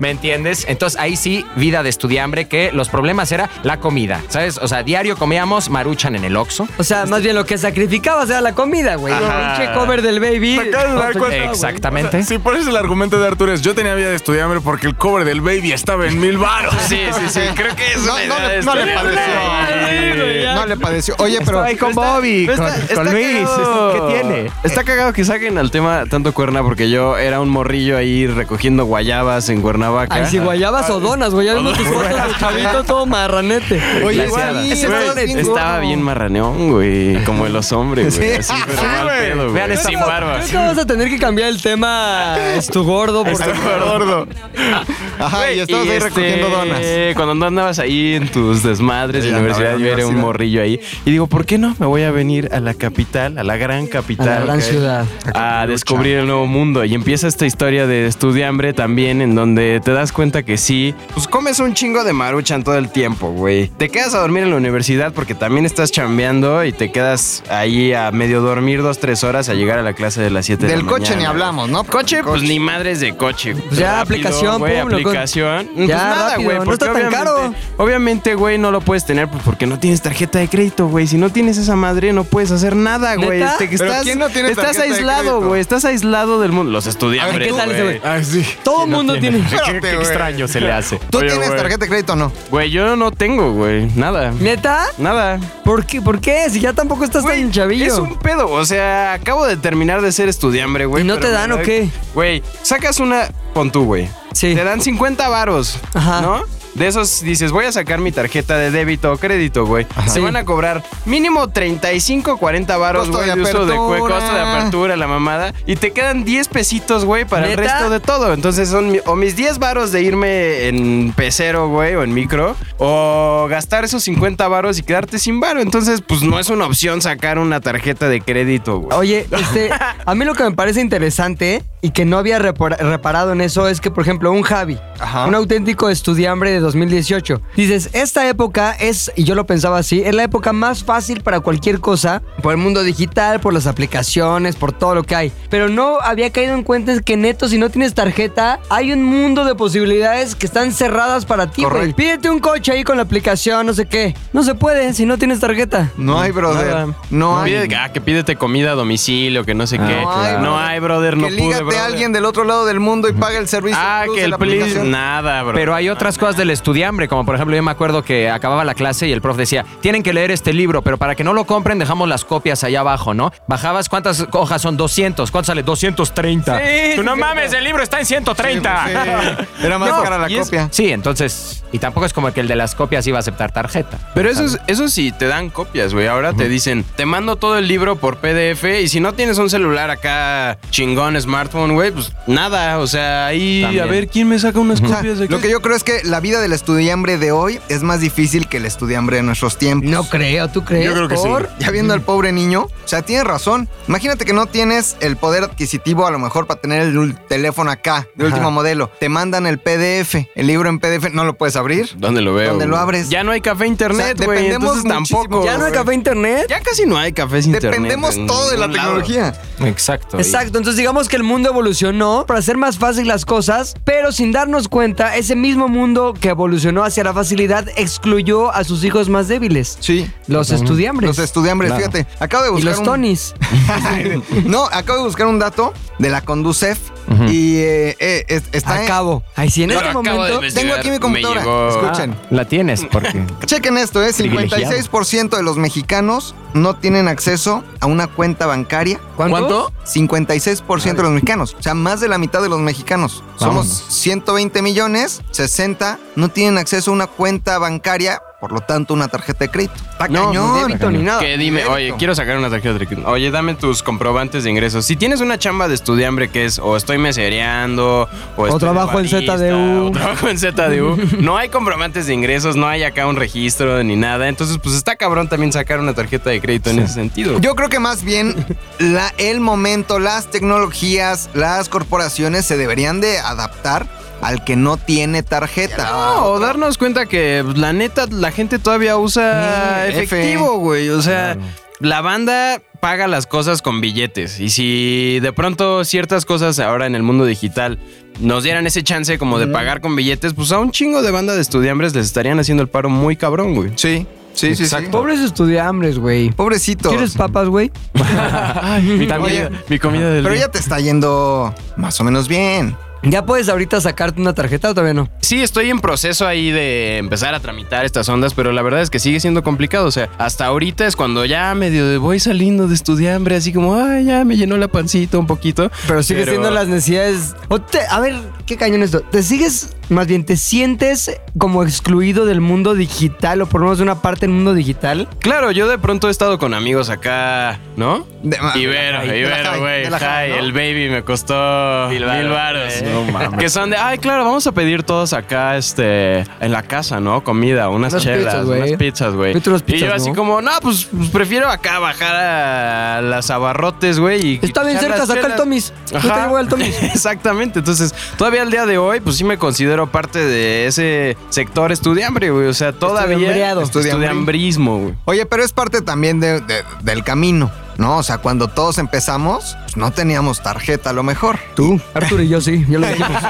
Speaker 4: ¿Me entiendes? Entonces ahí sí, vida de estudiambre, que los problemas era la comida. ¿Sabes? O sea, diario comíamos maruchan en el Oxxo.
Speaker 1: O sea, más bien lo que sacrificabas era la comida, güey. El
Speaker 5: Ajá.
Speaker 1: pinche cover del baby.
Speaker 6: Me acabo de dar cuenta, güey.
Speaker 5: ¿Eh?
Speaker 4: Exactamente.
Speaker 6: Si pones el argumento de Arturo es, yo tenía vida de estudiambre porque el cover del baby estaba en mil baros.
Speaker 5: Sí, sí, sí. Creo que es.
Speaker 3: No,
Speaker 5: una
Speaker 3: no
Speaker 5: edad
Speaker 3: le,
Speaker 5: de este
Speaker 3: no le
Speaker 5: estudiar.
Speaker 3: padeció. No le padeció. Oye, pero.
Speaker 4: Ay, con Bobby,
Speaker 5: Pero está- está cagado. Está cagado que saquen al tema tanto cuerna porque yo era un morrillo ahí recogiendo guayabas en Cuernavaca.
Speaker 1: Ay, si guayabas o donas, güey. Ya vimos tus fotos del chavito todo marranete.
Speaker 3: Oye,
Speaker 5: Glaciada.
Speaker 3: sí,
Speaker 1: Ese
Speaker 3: estabas
Speaker 1: fue-
Speaker 3: bien
Speaker 5: Estaba
Speaker 3: gordo.
Speaker 5: bien marraneón, güey. Como de los hombres, güey.
Speaker 3: Sí.
Speaker 5: Así, pero mal pedo, güey.
Speaker 4: Vean esta
Speaker 5: Sin
Speaker 4: foto.
Speaker 5: barba.
Speaker 1: Creo que vas a tener que cambiar el tema. Es tu gordo. Porque...
Speaker 5: gordo.
Speaker 3: Ajá, y estabas ahí
Speaker 5: este,
Speaker 3: recogiendo donas.
Speaker 5: Cuando no andabas ahí en tus desmadres de
Speaker 3: Sí,
Speaker 5: universidad,
Speaker 3: andaba en
Speaker 5: yo
Speaker 3: la
Speaker 5: era un
Speaker 3: universidad.
Speaker 5: morrillo ahí. Y digo, ¿por qué no? Me voy a venir a la capital, a la gran capital.
Speaker 1: A la gran
Speaker 5: ok,
Speaker 1: ciudad.
Speaker 5: A descubrir el nuevo mundo. Y empieza esta historia de estudiambre también, en donde te das cuenta que sí. Pues comes un chingo de maruchan todo el tiempo, güey. Te quedas a dormir en la universidad porque también estás chambeando y te quedas ahí a medio dormir dos, tres horas a llegar a la clase de las 7 de la
Speaker 3: Del coche
Speaker 5: mañana.
Speaker 3: ni hablamos, ¿no?
Speaker 5: Coche, pues ni madres de coche.
Speaker 1: Pues ya, aplicación,
Speaker 5: güey,
Speaker 1: pum, lo co-
Speaker 5: aplicación. Pues
Speaker 1: Ya,
Speaker 5: nada,
Speaker 1: rápido,
Speaker 5: güey.
Speaker 1: no
Speaker 5: porque
Speaker 1: está tan caro.
Speaker 5: obviamente- Obviamente, güey, no lo puedes tener pues, porque no tienes tarjeta de crédito, güey. Si no tienes esa madre, no puedes hacer nada, güey.
Speaker 1: ¿Neta?
Speaker 5: Este, que
Speaker 3: ¿Pero
Speaker 5: estás,
Speaker 3: quién no tiene
Speaker 5: estás
Speaker 3: tarjeta de
Speaker 5: aislado,
Speaker 3: crédito?
Speaker 5: güey. Estás aislado del mundo. Los estudiantes.
Speaker 1: ¿qué tal ese güey?
Speaker 6: Ah, sí.
Speaker 1: Todo el mundo tiene.
Speaker 3: Espérate, güey.
Speaker 5: extraño se le hace.
Speaker 3: ¿Tú
Speaker 5: Oye,
Speaker 3: tienes
Speaker 5: güey.
Speaker 3: tarjeta de crédito o no?
Speaker 5: Güey, yo no tengo, güey. Nada.
Speaker 1: ¿Neta?
Speaker 5: Nada.
Speaker 1: ¿Por qué? ¿Por qué? Si ya tampoco estás
Speaker 5: Güey,
Speaker 1: tan chavillo.
Speaker 5: Es un pedo. O sea, acabo de terminar de ser estudiambre, güey.
Speaker 1: ¿Y no
Speaker 5: pero
Speaker 1: te
Speaker 5: me
Speaker 1: dan o qué?
Speaker 5: Güey, sacas una. Pon tú, güey.
Speaker 1: Sí.
Speaker 5: Te dan 50 varos.
Speaker 1: Ajá.
Speaker 5: ¿No? De esos dices, voy a sacar mi tarjeta de débito o crédito, güey. Se
Speaker 1: Sí.
Speaker 5: van a cobrar mínimo 35, 40 varos,
Speaker 3: Costo
Speaker 5: güey,
Speaker 3: de
Speaker 5: de uso de cue-
Speaker 3: apertura.
Speaker 5: costo de apertura, la mamada. Y te quedan 10 pesitos, güey, para el
Speaker 1: ¿Neta?
Speaker 5: resto de todo. Entonces son mi- o mis 10 varos de irme en pecero, güey, o en micro, o gastar esos 50 varos y quedarte sin varo. Entonces, pues no es una opción sacar una tarjeta de crédito,
Speaker 6: pues.
Speaker 5: güey.
Speaker 1: Oye, este, a mí lo que me parece interesante y que no había repara- reparado en eso es que, por ejemplo, un Javi, un auténtico estudiambre de 2018, dices, esta época es, y yo lo pensaba así, es la época más fácil para cualquier cosa, por el mundo digital, por las aplicaciones, por todo lo que hay. Pero no había caído en cuenta es que neto, si no tienes tarjeta, hay un mundo de posibilidades que están cerradas para ti, güey.
Speaker 3: Correcto.
Speaker 1: Pídete un coche ahí con la aplicación, no sé qué. No se puede si no tienes tarjeta.
Speaker 3: No hay, brother.
Speaker 5: Nada.
Speaker 3: No hay.
Speaker 5: Pide- ah, que pídete comida a domicilio, que no sé qué.
Speaker 3: claro.
Speaker 5: No hay, brother, no
Speaker 3: que
Speaker 5: pude,
Speaker 3: lígate
Speaker 5: brother.
Speaker 3: a alguien del otro lado del mundo y pague el servicio.
Speaker 5: Ah,
Speaker 3: plus
Speaker 5: que
Speaker 3: de
Speaker 5: el
Speaker 3: la
Speaker 5: please.
Speaker 3: aplicación.
Speaker 5: Nada, bro.
Speaker 4: Pero hay otras cosas del estudiambre, como por ejemplo, yo me acuerdo que acababa la clase y el prof decía, tienen que leer este libro, pero para que no lo compren, dejamos las copias allá abajo, ¿no? Bajabas, ¿cuántas hojas son? 200. ¿Cuánto sale? 230. Tú no mames, el libro está en 130.
Speaker 3: Sí. Era más
Speaker 4: No,
Speaker 3: cara la
Speaker 4: y es-
Speaker 3: copia.
Speaker 4: sí, entonces. Y tampoco es como que el de las copias iba a aceptar tarjeta.
Speaker 5: Pero eso, es- eso sí, te dan copias, güey. Ahora te dicen, te mando todo el libro por PDF y si no tienes un celular acá chingón, smartphone, güey, pues nada. O sea, ahí
Speaker 4: También.
Speaker 5: a ver quién me saca unas
Speaker 3: O sea,
Speaker 5: copias de aquí.
Speaker 3: lo que yo creo es que la vida del estudiambre de hoy es más difícil que el estudiambre de nuestros tiempos.
Speaker 1: No creo, ¿tú crees?
Speaker 6: Yo creo que sí.
Speaker 1: ¿Por?
Speaker 3: Ya viendo al pobre niño, o sea, tienes razón. Imagínate que no tienes el poder adquisitivo a lo mejor para tener el ul- teléfono acá, de último modelo. Te mandan el PDF, el libro en PDF, no lo puedes abrir.
Speaker 5: ¿Dónde lo veo?
Speaker 3: ¿Dónde lo
Speaker 5: güey?
Speaker 3: abres?
Speaker 5: Ya no hay café internet,
Speaker 3: O sea,
Speaker 5: güey.
Speaker 3: dependemos
Speaker 5: entonces
Speaker 3: muchísimo.
Speaker 5: tampoco.
Speaker 1: ¿Ya no hay
Speaker 5: güey.
Speaker 1: café internet?
Speaker 5: Ya casi no hay cafés internet.
Speaker 3: Dependemos
Speaker 5: en
Speaker 3: todo de la
Speaker 5: ningún lado.
Speaker 3: tecnología.
Speaker 4: Exacto.
Speaker 1: Exacto, entonces digamos que el mundo evolucionó para hacer más fácil las cosas, pero sin darnos cuenta, ese mismo mundo que evolucionó hacia la facilidad excluyó a sus hijos más débiles,
Speaker 3: Sí.
Speaker 1: los estudiambres.
Speaker 3: Los estudiambres,
Speaker 4: Claro.
Speaker 3: fíjate. Acabo de
Speaker 1: y
Speaker 3: buscar.
Speaker 1: los
Speaker 3: un-
Speaker 1: Tonys.
Speaker 3: no, acabo de buscar un dato de la Conducef y eh, eh, es- está. en-
Speaker 1: Acabo. Ay, sí, en
Speaker 5: Yo
Speaker 1: este
Speaker 5: acabo de
Speaker 1: momento.
Speaker 5: investigar.
Speaker 3: Tengo aquí mi
Speaker 5: Me
Speaker 3: computadora.
Speaker 5: llegó-
Speaker 3: Escuchen.
Speaker 4: Ah, La tienes, porque.
Speaker 3: Chequen esto, ¿eh?
Speaker 4: Privilegiado.
Speaker 3: 56% de los mexicanos no tienen acceso a una cuenta bancaria.
Speaker 1: ¿Cuánto?
Speaker 3: 56% de los mexicanos. O sea, más de la mitad de los mexicanos. Somos
Speaker 4: Vámonos.
Speaker 3: 120 millones, 60 no tienen acceso a una cuenta bancaria, por lo tanto, una tarjeta de crédito. Está
Speaker 5: No,
Speaker 1: Ni
Speaker 3: cañón.
Speaker 1: débito ni nada.
Speaker 5: Que dime, oye, quiero sacar una tarjeta de crédito. Oye, dame tus comprobantes de ingresos. Si tienes una chamba de estudiambre que es o estoy mesereando, o, estoy de
Speaker 1: trabajo en
Speaker 5: barista,
Speaker 1: ZDU.
Speaker 5: o trabajo en ZDU, no hay comprobantes de ingresos, no hay acá un registro ni nada. Entonces, pues está cabrón también sacar una tarjeta de crédito en ese sentido.
Speaker 3: Yo creo que más bien la, el momento, las tecnologías, las corporaciones se deberían de adaptar al que no tiene tarjeta.
Speaker 5: No, o darnos cuenta que pues, la neta la gente todavía usa
Speaker 3: Mm, F.
Speaker 5: efectivo, güey. O sea, la banda paga las cosas con billetes. Y si de pronto ciertas cosas ahora en el mundo digital nos dieran ese chance como de pagar con billetes, pues a un chingo de banda de estudiambres les estarían haciendo el paro muy cabrón, güey.
Speaker 3: Sí, sí, sí, sí.
Speaker 1: Pobres estudiambres, güey.
Speaker 3: Pobrecito.
Speaker 1: ¿Quieres papas, güey?
Speaker 5: Mi
Speaker 3: comida-
Speaker 5: mi comida del
Speaker 3: Pero ya te está yendo más o menos bien.
Speaker 1: ¿Ya puedes ahorita sacarte una tarjeta o todavía no?
Speaker 5: Sí, estoy en proceso ahí de empezar a tramitar estas ondas, pero la verdad es que sigue siendo complicado. O sea, hasta ahorita es cuando ya medio de voy saliendo de estudiambre, así como, ay, ya me llenó la pancita un poquito.
Speaker 1: Pero sigue
Speaker 5: Pero-
Speaker 1: siendo las necesidades. o te- a ver, qué cañón esto. Te sigues más bien te sientes como excluido del mundo digital o por lo menos de una parte del mundo digital.
Speaker 5: Claro, yo de pronto he estado con amigos acá, ¿no?
Speaker 3: De-
Speaker 5: Ibero,
Speaker 3: de la
Speaker 5: Ibero,
Speaker 3: high,
Speaker 5: güey.
Speaker 3: de la high,
Speaker 5: Hi,
Speaker 3: ¿no?
Speaker 5: el baby me costó mil
Speaker 4: varos.
Speaker 5: varos.
Speaker 6: No mames.
Speaker 5: Que son de, ay, claro, vamos a pedir todos acá, este, en la casa, ¿no? Comida, unas,
Speaker 1: Unas
Speaker 5: chelas,
Speaker 1: pizzas, güey.
Speaker 5: unas pizzas, güey.
Speaker 1: Vete unas
Speaker 5: Y yo
Speaker 1: pizzas,
Speaker 5: así
Speaker 1: ¿no?
Speaker 5: como, no, pues, pues, prefiero acá bajar a las abarrotes, güey. y
Speaker 1: Está bien
Speaker 5: echar
Speaker 1: cerca,
Speaker 5: las
Speaker 1: saca el
Speaker 5: chelas.
Speaker 1: Tomis. Yo
Speaker 5: Ajá.
Speaker 1: te llevo al Tomis.
Speaker 5: Exactamente. Entonces, todavía al día de hoy, pues sí me considero parte de ese sector estudiambre, güey. O sea, todavía
Speaker 1: Estudiambreado.
Speaker 5: estudiambrismo, güey.
Speaker 3: Oye, pero es parte también de- de- del camino, ¿no? O sea, cuando todos empezamos, pues, no teníamos tarjeta a lo mejor. Tú.
Speaker 1: Arturo y yo sí, ya lo dijimos.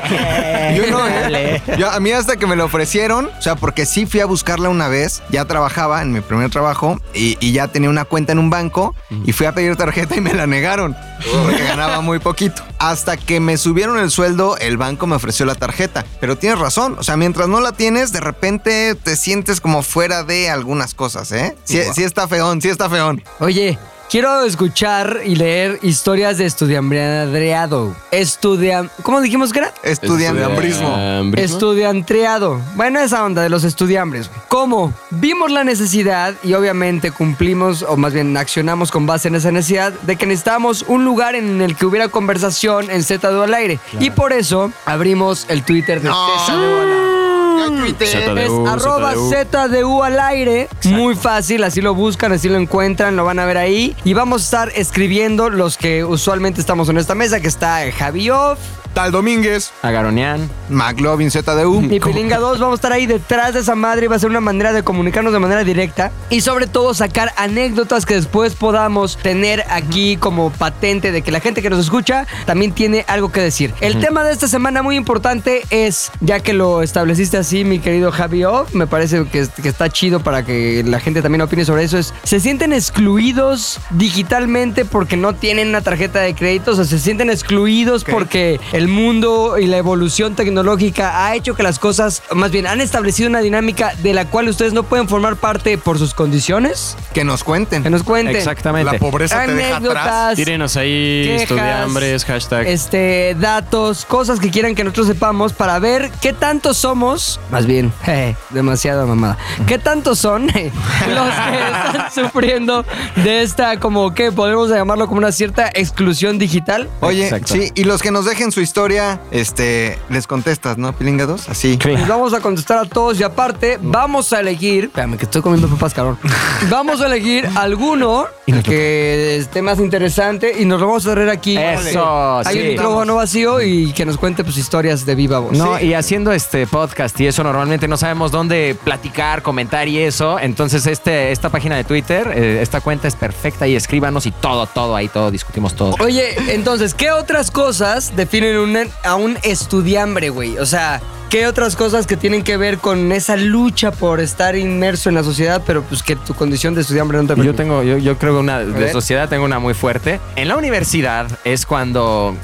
Speaker 3: Yo no, ¿eh? Yo- a mí hasta que me lo ofrecieron, o sea, porque sí fui a buscarla una vez, ya trabajaba en mi primer trabajo y, y ya tenía una cuenta en un banco y fui a pedir tarjeta y me la negaron porque ganaba muy poquito. Hasta que me subieron el sueldo, el banco me ofreció la tarjeta. Pero tienes razón, o sea, mientras no la tienes, de repente te sientes como fuera de algunas cosas, ¿eh? Sí, sí está feón, sí está feón.
Speaker 1: Oye, quiero escuchar y leer historias de estudiambreado. Estudiam... ¿Cómo dijimos que era?
Speaker 3: Estudiambrismo.
Speaker 1: Estudiantreado. Bueno, esa onda de los estudiambres. güey. ¿Cómo? Vimos la necesidad y obviamente cumplimos, o más bien accionamos con base en esa necesidad, de que necesitábamos un lugar en el que hubiera conversación en Z2 al aire. Y por eso abrimos el Twitter de
Speaker 3: No.
Speaker 1: Z2 al aire. Es
Speaker 5: ZDU.
Speaker 1: arroba ZDU al aire. Muy fácil, así lo buscan, así lo encuentran, lo van a ver ahí. Y vamos a estar escribiendo los que usualmente estamos en esta mesa, que está eh, Javi Off,
Speaker 3: Tal Domínguez,
Speaker 5: Agaronian.
Speaker 3: McLovin ZDU.
Speaker 1: Mi Pilinga 2, vamos a estar ahí detrás de esa madre y va a ser una manera de comunicarnos de manera directa y sobre todo sacar anécdotas que después podamos tener aquí como patente de que la gente que nos escucha también tiene algo que decir. El tema de esta semana muy importante es, ya que lo estableciste así, mi querido Javi O, me parece que, que está chido para que la gente también opine sobre eso, es, ¿se sienten excluidos digitalmente porque no tienen una tarjeta de crédito? O sea, ¿se sienten excluidos porque el mundo y la evolución tecnológica ha hecho que las cosas, más bien, han establecido una dinámica de la cual ustedes no pueden formar parte por sus condiciones?
Speaker 3: Que nos cuenten.
Speaker 1: Que nos cuenten.
Speaker 5: Exactamente.
Speaker 6: La pobreza te deja atrás.
Speaker 1: Anécdotas.
Speaker 5: Tírenos ahí,
Speaker 1: quejas,
Speaker 5: estudiambres, hashtag.
Speaker 1: Este, datos, cosas que quieran que nosotros sepamos para ver qué tanto somos, más bien, eh, demasiada mamada, qué tanto son eh, los que están sufriendo de esta, como que podemos llamarlo como una cierta exclusión digital.
Speaker 3: Oye,
Speaker 5: Exacto.
Speaker 3: sí, y los que nos dejen su historia, este, les contestas, ¿no, Pilinga 2? Así.
Speaker 1: Les Pues vamos a contestar a todos y aparte vamos a elegir, espérame que estoy comiendo papas cabrón, vamos a elegir alguno que esté más interesante y nos lo vamos a traer aquí.
Speaker 4: Eso,
Speaker 1: Hay un
Speaker 4: sí.
Speaker 1: micrófono vacío y que nos cuente pues historias de viva voz.
Speaker 4: No, y haciendo este podcast y eso normalmente no sabemos dónde platicar, comentar y eso. Entonces, este, esta página de Twitter, eh, esta cuenta es perfecta y escríbanos y todo, todo ahí, todo, discutimos todo.
Speaker 1: Oye, entonces, ¿qué otras cosas definen un- a un estudiambre, güey? O sea, ¿qué otras cosas que tienen que ver con esa lucha por estar inmerso en la sociedad, pero pues que tu condición de estudiambre no te
Speaker 4: Yo
Speaker 1: permite?
Speaker 4: tengo, yo, yo creo que una
Speaker 1: ver.
Speaker 4: de sociedad tengo una muy fuerte. En la universidad es cuando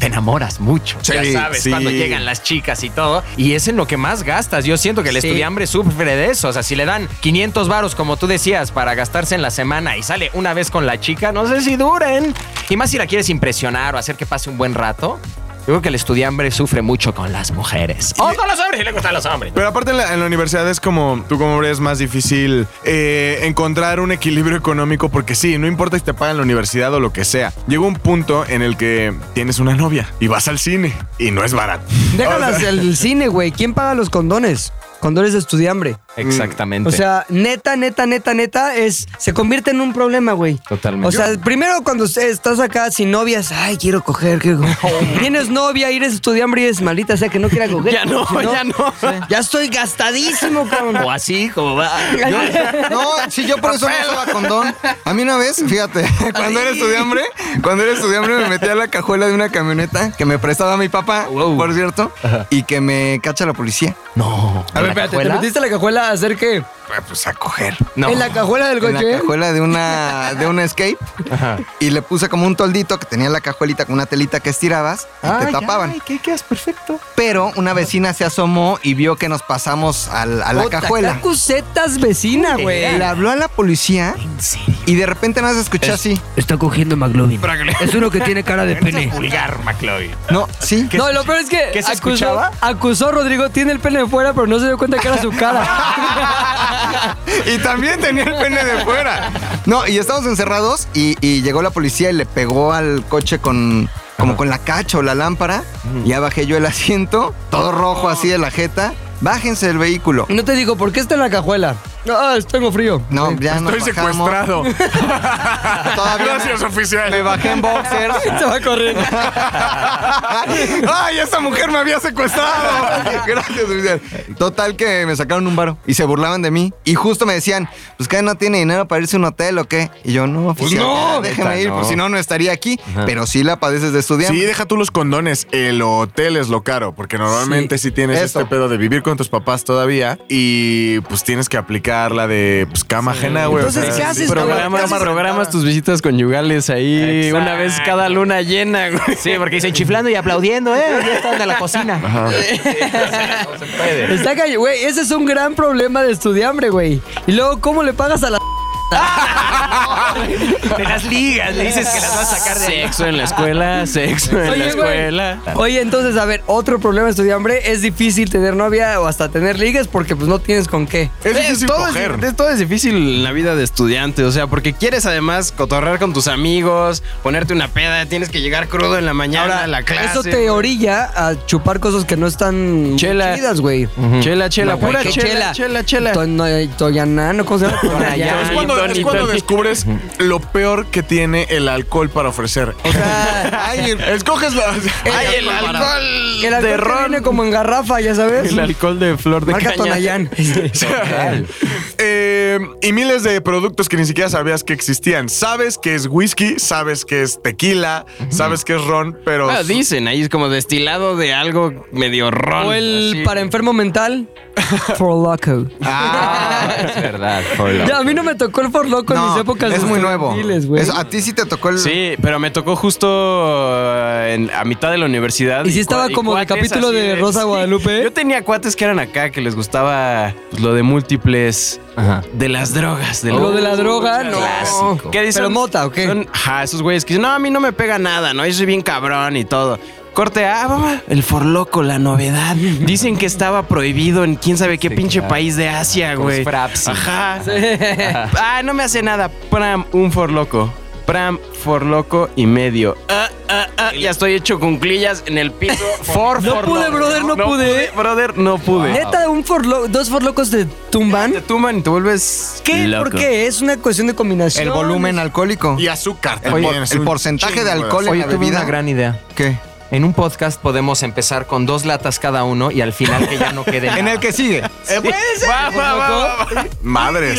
Speaker 4: te enamoras mucho.
Speaker 6: Sí,
Speaker 4: ya sabes,
Speaker 6: sí.
Speaker 4: cuando llegan las chicas y todo. Y es en lo que más gastas. Yo siento que el
Speaker 1: Sí.
Speaker 4: estudiambre sufre de eso. O sea, si le dan 500 varos, como tú decías, para gastarse en la semana y sale una vez con la chica, no sé si duren. Y más si la quieres impresionar o hacer que pase un buen rato. Yo creo que el estudiambre sufre mucho con las mujeres. ¡Oh, con los hombres! ¡Le gustan los hombres!
Speaker 6: Pero aparte en la, en la universidad es como, tú como hombre es más difícil eh, encontrar un equilibrio económico porque sí, no importa si te pagan la universidad o lo que sea. Llega un punto en el que tienes una novia y vas al cine y no es barato.
Speaker 1: Déjalas
Speaker 6: O sea,
Speaker 1: el cine, güey. ¿Quién paga los condones? Condones de estudiambre.
Speaker 4: Exactamente.
Speaker 1: O sea, neta, neta, neta, neta, es se convierte en un problema, güey.
Speaker 4: Totalmente.
Speaker 1: O sea, primero cuando usted- estás acá sin novias, ay, quiero coger, quiero coger. Tienes novia, y eres estudiambre y es malita, o sea que no quiera coger.
Speaker 5: Ya no,
Speaker 1: Si
Speaker 5: ya no.
Speaker 1: Ya estoy gastadísimo, cabrón.
Speaker 4: o así, como va.
Speaker 3: No, sí, yo por eso no usaba condón. A mí una vez, fíjate, cuando era estudiambre, cuando era estudiambre me metí a la cajuela de una camioneta que me prestaba mi papá, por cierto, y que me cacha la policía.
Speaker 4: No.
Speaker 1: A ver,
Speaker 4: ¿En la
Speaker 1: espérate, ¿te
Speaker 4: cajuela?
Speaker 1: metiste a la cajuela a hacer qué?
Speaker 3: Ah, Pues a coger.
Speaker 4: No.
Speaker 1: ¿En la cajuela del
Speaker 3: En la
Speaker 1: coche?
Speaker 3: cajuela de una, de una escape y le puse como un toldito que tenía la cajuelita con una telita que estirabas y te tapaban.
Speaker 5: que quedas perfecto.
Speaker 3: Pero una vecina se asomó y vio que nos pasamos al- a la
Speaker 1: Puta,
Speaker 3: cajuela.
Speaker 1: qué acusetas vecina,
Speaker 4: Era.
Speaker 1: güey.
Speaker 3: Le habló a la policía
Speaker 4: ¿En serio?
Speaker 3: Y de repente nada más escuché así.
Speaker 7: Está cogiendo McLovin. Es uno que tiene cara de pene.
Speaker 4: vulgar, McLovey.
Speaker 3: No, sí.
Speaker 1: No, lo peor es que
Speaker 4: qué se
Speaker 1: acusó,
Speaker 4: escuchaba?
Speaker 1: acusó a Rodrigo, tiene el pene de fuera, pero no se dio cuenta que era su cara.
Speaker 3: Y también tenía el pene de fuera. No, y estábamos encerrados y, y llegó la policía y le pegó al coche con como con la cacha o la lámpara. Ya bajé yo el asiento, todo rojo así de la jeta. Bájense del vehículo.
Speaker 1: Y no te digo, ¿por qué está en la cajuela? Ah, tengo frío.
Speaker 3: No, ya no.
Speaker 6: Estoy secuestrado.
Speaker 3: Todavía
Speaker 6: Gracias,
Speaker 3: me-
Speaker 6: oficial.
Speaker 3: Me bajé en boxers.
Speaker 1: Se va a correr.
Speaker 3: ¡Ay, esa mujer me había secuestrado! Gracias, oficial. Total que me sacaron un varo y se burlaban de mí. Y justo me decían, pues que no tiene dinero para irse a un hotel o qué. Y yo, Pues no, oficial,
Speaker 6: no,
Speaker 3: ya, déjeme
Speaker 5: neta,
Speaker 3: ir,
Speaker 5: no.
Speaker 3: pues si no, no estaría aquí. Pero sí la padeces de estudiante.
Speaker 6: Sí, deja tú los condones. El hotel es lo caro, porque normalmente si tienes
Speaker 3: eso.
Speaker 6: este pedo de vivir con tus papás todavía y pues tienes que aplicar la de pues, cama ajena, güey.
Speaker 1: Entonces, ¿qué haces, güey?
Speaker 5: Programas,
Speaker 1: ¿Qué haces?
Speaker 5: programas tus visitas conyugales ahí
Speaker 4: Exacto.
Speaker 5: una vez cada luna llena, güey.
Speaker 4: Sí, porque dicen chiflando y aplaudiendo, ¿eh? Ya estaban en la cocina.
Speaker 1: Está calle, güey. Ese es un gran problema de estudiambre, güey. Y luego, ¿cómo le pagas a la
Speaker 4: Te las ligas, le dices que las vas a sacar de ahí.
Speaker 5: Sexo en la escuela, sexo en la
Speaker 1: Oye, güey.
Speaker 5: escuela.
Speaker 1: Oye, entonces, a ver, otro problema de estudiambre es difícil tener novia o hasta tener ligas porque pues no tienes con qué.
Speaker 6: Es difícil
Speaker 5: todo,
Speaker 6: coger.
Speaker 5: Es, todo es difícil en la vida de estudiante, o sea, porque quieres además cotorrear con tus amigos, ponerte una peda, tienes que llegar crudo en la mañana a la clase.
Speaker 1: Eso te orilla a chupar cosas que no están
Speaker 5: Chela.
Speaker 1: chidas, güey.
Speaker 5: Ujú. Chela, chela,
Speaker 1: No, güey,
Speaker 5: pura
Speaker 1: ¿qué
Speaker 5: chela, chela, chela.
Speaker 1: Tono- Toyanano, ¿cómo se llama?
Speaker 5: Tonayanano.
Speaker 6: Es cuando, es
Speaker 5: Tony,
Speaker 6: cuando
Speaker 5: Tony.
Speaker 6: descubres lo peor que tiene el alcohol para ofrecer. O sea, escoges la.
Speaker 5: Ay, el alcohol.
Speaker 1: El alcohol que viene como en garrafa, ya sabes.
Speaker 5: El alcohol de flor de
Speaker 1: Marca
Speaker 5: caña.
Speaker 1: Tonayán.
Speaker 6: Eh, y miles de productos que ni siquiera sabías que existían. Sabes que es whisky, sabes que es tequila, sabes que es ron, pero.
Speaker 5: Ah, dicen, ahí es como destilado de algo medio ron.
Speaker 1: O el
Speaker 5: así.
Speaker 1: para enfermo mental. For loco.
Speaker 5: Ah, es verdad.
Speaker 1: Ya, a mí no me tocó el For loco en mis épocas.
Speaker 3: es muy nuevo.
Speaker 1: estudiantiles, güey.
Speaker 3: Es- a ti sí te tocó el...
Speaker 5: Sí, pero me tocó justo eh, en- a mitad de la universidad.
Speaker 1: Y sí
Speaker 5: cua-
Speaker 1: estaba como el
Speaker 5: cuates
Speaker 1: capítulo
Speaker 5: así
Speaker 1: de Rosa Guadalupe.
Speaker 5: Yo tenía cuates que eran acá, que les gustaba pues, lo de múltiples, de las drogas. De
Speaker 1: Lo de la droga, no.
Speaker 5: Clásico. Ah, ¿Qué dicen?
Speaker 1: ¿Pero mota o qué?
Speaker 5: Son- ajá, esos güeyes que dicen, no, a mí no me pega nada, ¿no? Yo soy bien cabrón y todo. Corte A, mamá, el forloco, la novedad. Dicen que estaba prohibido en quién sabe qué pinche país de Asia, güey.
Speaker 4: Frapsi.
Speaker 5: Ajá. Ah, no me hace nada. Pram, un forloco. Pram, forloco y medio. Ah, ah, ah, ya estoy hecho cunclillas en el piso. For,
Speaker 1: No
Speaker 5: for
Speaker 1: pude,
Speaker 5: loco.
Speaker 1: brother, no pude. eh.
Speaker 5: Brother, no pude.
Speaker 1: Neta, un For Lo- dos For locos te
Speaker 5: Te
Speaker 1: tumban.
Speaker 5: tuman y te vuelves.
Speaker 1: ¿Qué?
Speaker 5: loco.
Speaker 1: ¿Por qué? Es una cuestión de combinación.
Speaker 3: El volumen alcohólico.
Speaker 6: Y azúcar
Speaker 3: El,
Speaker 6: también.
Speaker 3: por-
Speaker 6: es
Speaker 3: el
Speaker 6: un
Speaker 3: porcentaje de
Speaker 6: chingo
Speaker 3: alcohol en
Speaker 4: Oye,
Speaker 3: la
Speaker 4: tuve
Speaker 3: bebida.
Speaker 4: una gran idea.
Speaker 3: ¿Qué?
Speaker 4: En un podcast podemos empezar con dos latas cada uno y al final que ya no quede nada.
Speaker 3: En el que sigue.
Speaker 5: Va, va, va, va, va.
Speaker 4: Y
Speaker 6: Madres.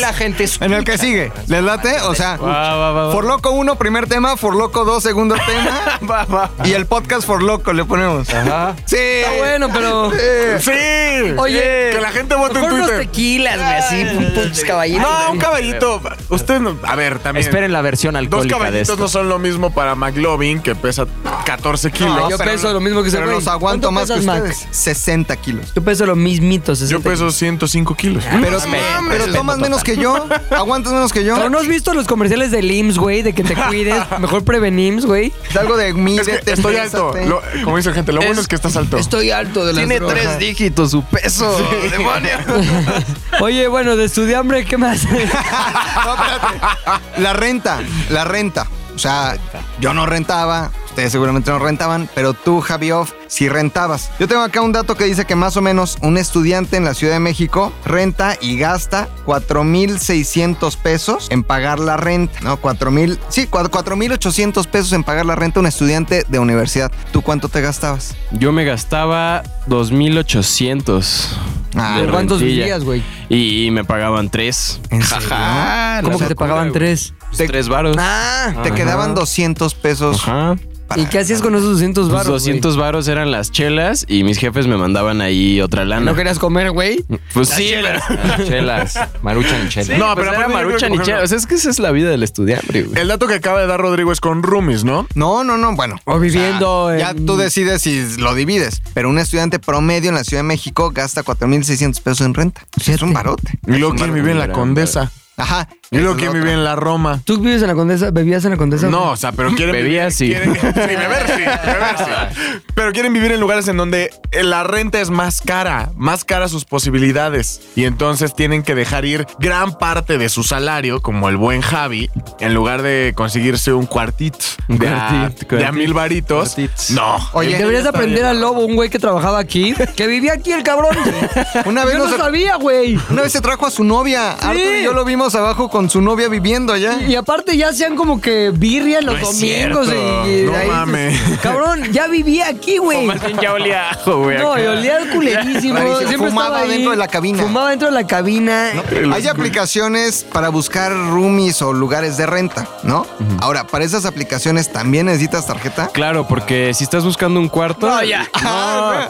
Speaker 4: la gente escucha.
Speaker 3: En el que sigue. ¿Les late? O sea,
Speaker 5: Va, va, va, va.
Speaker 3: For Loco 1, primer tema. For Loco 2, segundo tema.
Speaker 5: Va, va.
Speaker 3: Y el podcast For Loco le ponemos. Sí.
Speaker 1: Está Ah, bueno, pero.
Speaker 6: Eh, Sí.
Speaker 1: Oye,
Speaker 6: que la gente vote en
Speaker 1: Mejor unos
Speaker 6: Twitter.
Speaker 1: tequilas, güey, así, pum, pum, tus caballitos.
Speaker 6: No, un caballito. Usted no. A ver, también.
Speaker 4: Esperen la versión
Speaker 6: Dos
Speaker 4: alcohólica de esto.
Speaker 6: caballitos no son lo mismo para McLovin, que pesa 14 kilos.
Speaker 1: yo peso lo mismo que ese
Speaker 3: Pero
Speaker 1: güey.
Speaker 3: los aguanto
Speaker 1: ¿Cuánto
Speaker 3: más que
Speaker 1: pesas, Max?
Speaker 3: ustedes. 60 kilos.
Speaker 1: Yo peso lo mismito, 60.
Speaker 6: Yo peso 105 kilos.
Speaker 3: Pero, pero
Speaker 4: respeto
Speaker 3: tomas
Speaker 4: total.
Speaker 3: menos que yo. Aguantas menos que yo.
Speaker 1: ¿Pero no has visto los comerciales del IMSS, güey? De que te cuides. Mejor prevenims, güey.
Speaker 3: Salgo de mí.
Speaker 6: Es que estoy alto. Lo- como dice la gente, lo bueno es que estás alto.
Speaker 1: Estoy alto de la
Speaker 5: Tiene tres dígitos su peso. Demonio.
Speaker 1: Oye, bueno, de estudiambre, ¿qué más?
Speaker 5: Ah,
Speaker 3: La renta. La renta. O sea, yo no rentaba. Ustedes seguramente no rentaban, pero tú, Javi Off, sí rentabas. Yo tengo acá un dato que dice que más o menos un estudiante en la Ciudad de México renta y gasta 4,600 pesos en pagar la renta, ¿no? 4,000, sí, 4,800 pesos en pagar la renta un estudiante de universidad. ¿Tú cuánto te gastabas?
Speaker 5: Yo me gastaba 2800.
Speaker 3: Ah,
Speaker 5: de
Speaker 1: ¿Cuántos
Speaker 5: rentilla.
Speaker 1: días, güey?
Speaker 5: Y, y me pagaban tres.
Speaker 3: ¿En serio?
Speaker 5: Ah,
Speaker 1: ¿Cómo
Speaker 3: O sea,
Speaker 1: que te pagaban tres?
Speaker 5: Pues,
Speaker 3: Te-
Speaker 5: tres varos.
Speaker 1: Ah,
Speaker 3: Te
Speaker 5: Ajá.
Speaker 3: quedaban 200 pesos.
Speaker 5: Ajá.
Speaker 1: ¿Y qué hacías con esos 200
Speaker 5: Pues
Speaker 1: baros? güey?
Speaker 5: 200 varos eran las chelas y mis jefes me mandaban ahí otra lana.
Speaker 1: ¿No querías comer, güey?
Speaker 5: Pues sí, pero-
Speaker 4: Chelas. Maruchan y chelas.
Speaker 5: No, pero era
Speaker 6: pero aparte yo creo
Speaker 5: marucha
Speaker 6: que,
Speaker 5: ni
Speaker 6: por ejemplo-
Speaker 5: chela. O sea, es que esa es la vida del estudiante, güey.
Speaker 6: El dato que acaba de dar Rodrigo es con roomies, ¿no?
Speaker 3: No, no, no, bueno.
Speaker 1: O viviendo
Speaker 3: Ya
Speaker 1: en-
Speaker 3: tú decides si lo divides. Pero un estudiante promedio en la Ciudad de México gasta 4.600 pesos en renta. Sí, es un barote.
Speaker 6: Y luego que vive en la condesa.
Speaker 3: Ajá.
Speaker 6: Yo lo
Speaker 3: es
Speaker 6: que
Speaker 3: otra.
Speaker 6: viví en la Roma.
Speaker 1: ¿Tú vives en la Condesa? ¿Bebías en la Condesa?
Speaker 6: No, o sea, pero quieren
Speaker 5: Bebía,
Speaker 6: vivir,
Speaker 5: sí.
Speaker 6: quieren- sí, beber sí, beber sí. Pero quieren vivir en lugares en donde eh, la renta es más cara, más cara sus posibilidades. Y entonces tienen que dejar ir gran parte de su salario, como el buen Javi, en lugar de conseguirse un cuartito
Speaker 5: Un
Speaker 6: de, a-
Speaker 5: cuartit,
Speaker 6: de a
Speaker 5: cuartit,
Speaker 6: mil varitos.
Speaker 5: cuartits.
Speaker 6: No.
Speaker 3: Oye,
Speaker 1: Deberías
Speaker 6: está
Speaker 1: aprender
Speaker 6: bien.
Speaker 1: al lobo, un güey que trabajaba aquí, que vivía aquí el cabrón.
Speaker 3: Una vez
Speaker 1: Yo no
Speaker 3: nos-
Speaker 1: sabía, güey.
Speaker 3: Una vez se trajo a su novia. Arthur y yo lo vimos abajo con su novia viviendo allá.
Speaker 1: Y aparte ya hacían como que birria los
Speaker 6: es
Speaker 1: domingos.
Speaker 6: cierto.
Speaker 1: y- y
Speaker 6: No
Speaker 1: de ahí- pues,
Speaker 6: mames.
Speaker 1: Cabrón, ya vivía aquí, güey.
Speaker 5: Ya olía ajo, güey.
Speaker 1: No,
Speaker 5: acá.
Speaker 1: y olía culerísimo.
Speaker 3: Rarísimo.
Speaker 1: Siempre
Speaker 3: Fumaba
Speaker 1: estaba ahí.
Speaker 3: dentro de la cabina.
Speaker 1: Fumaba dentro de la cabina. eh,
Speaker 3: Hay aplicaciones para buscar roomies o lugares de renta, ¿no? Ahora, para esas aplicaciones también necesitas tarjeta.
Speaker 5: Claro, porque si estás buscando un cuarto. No, ya.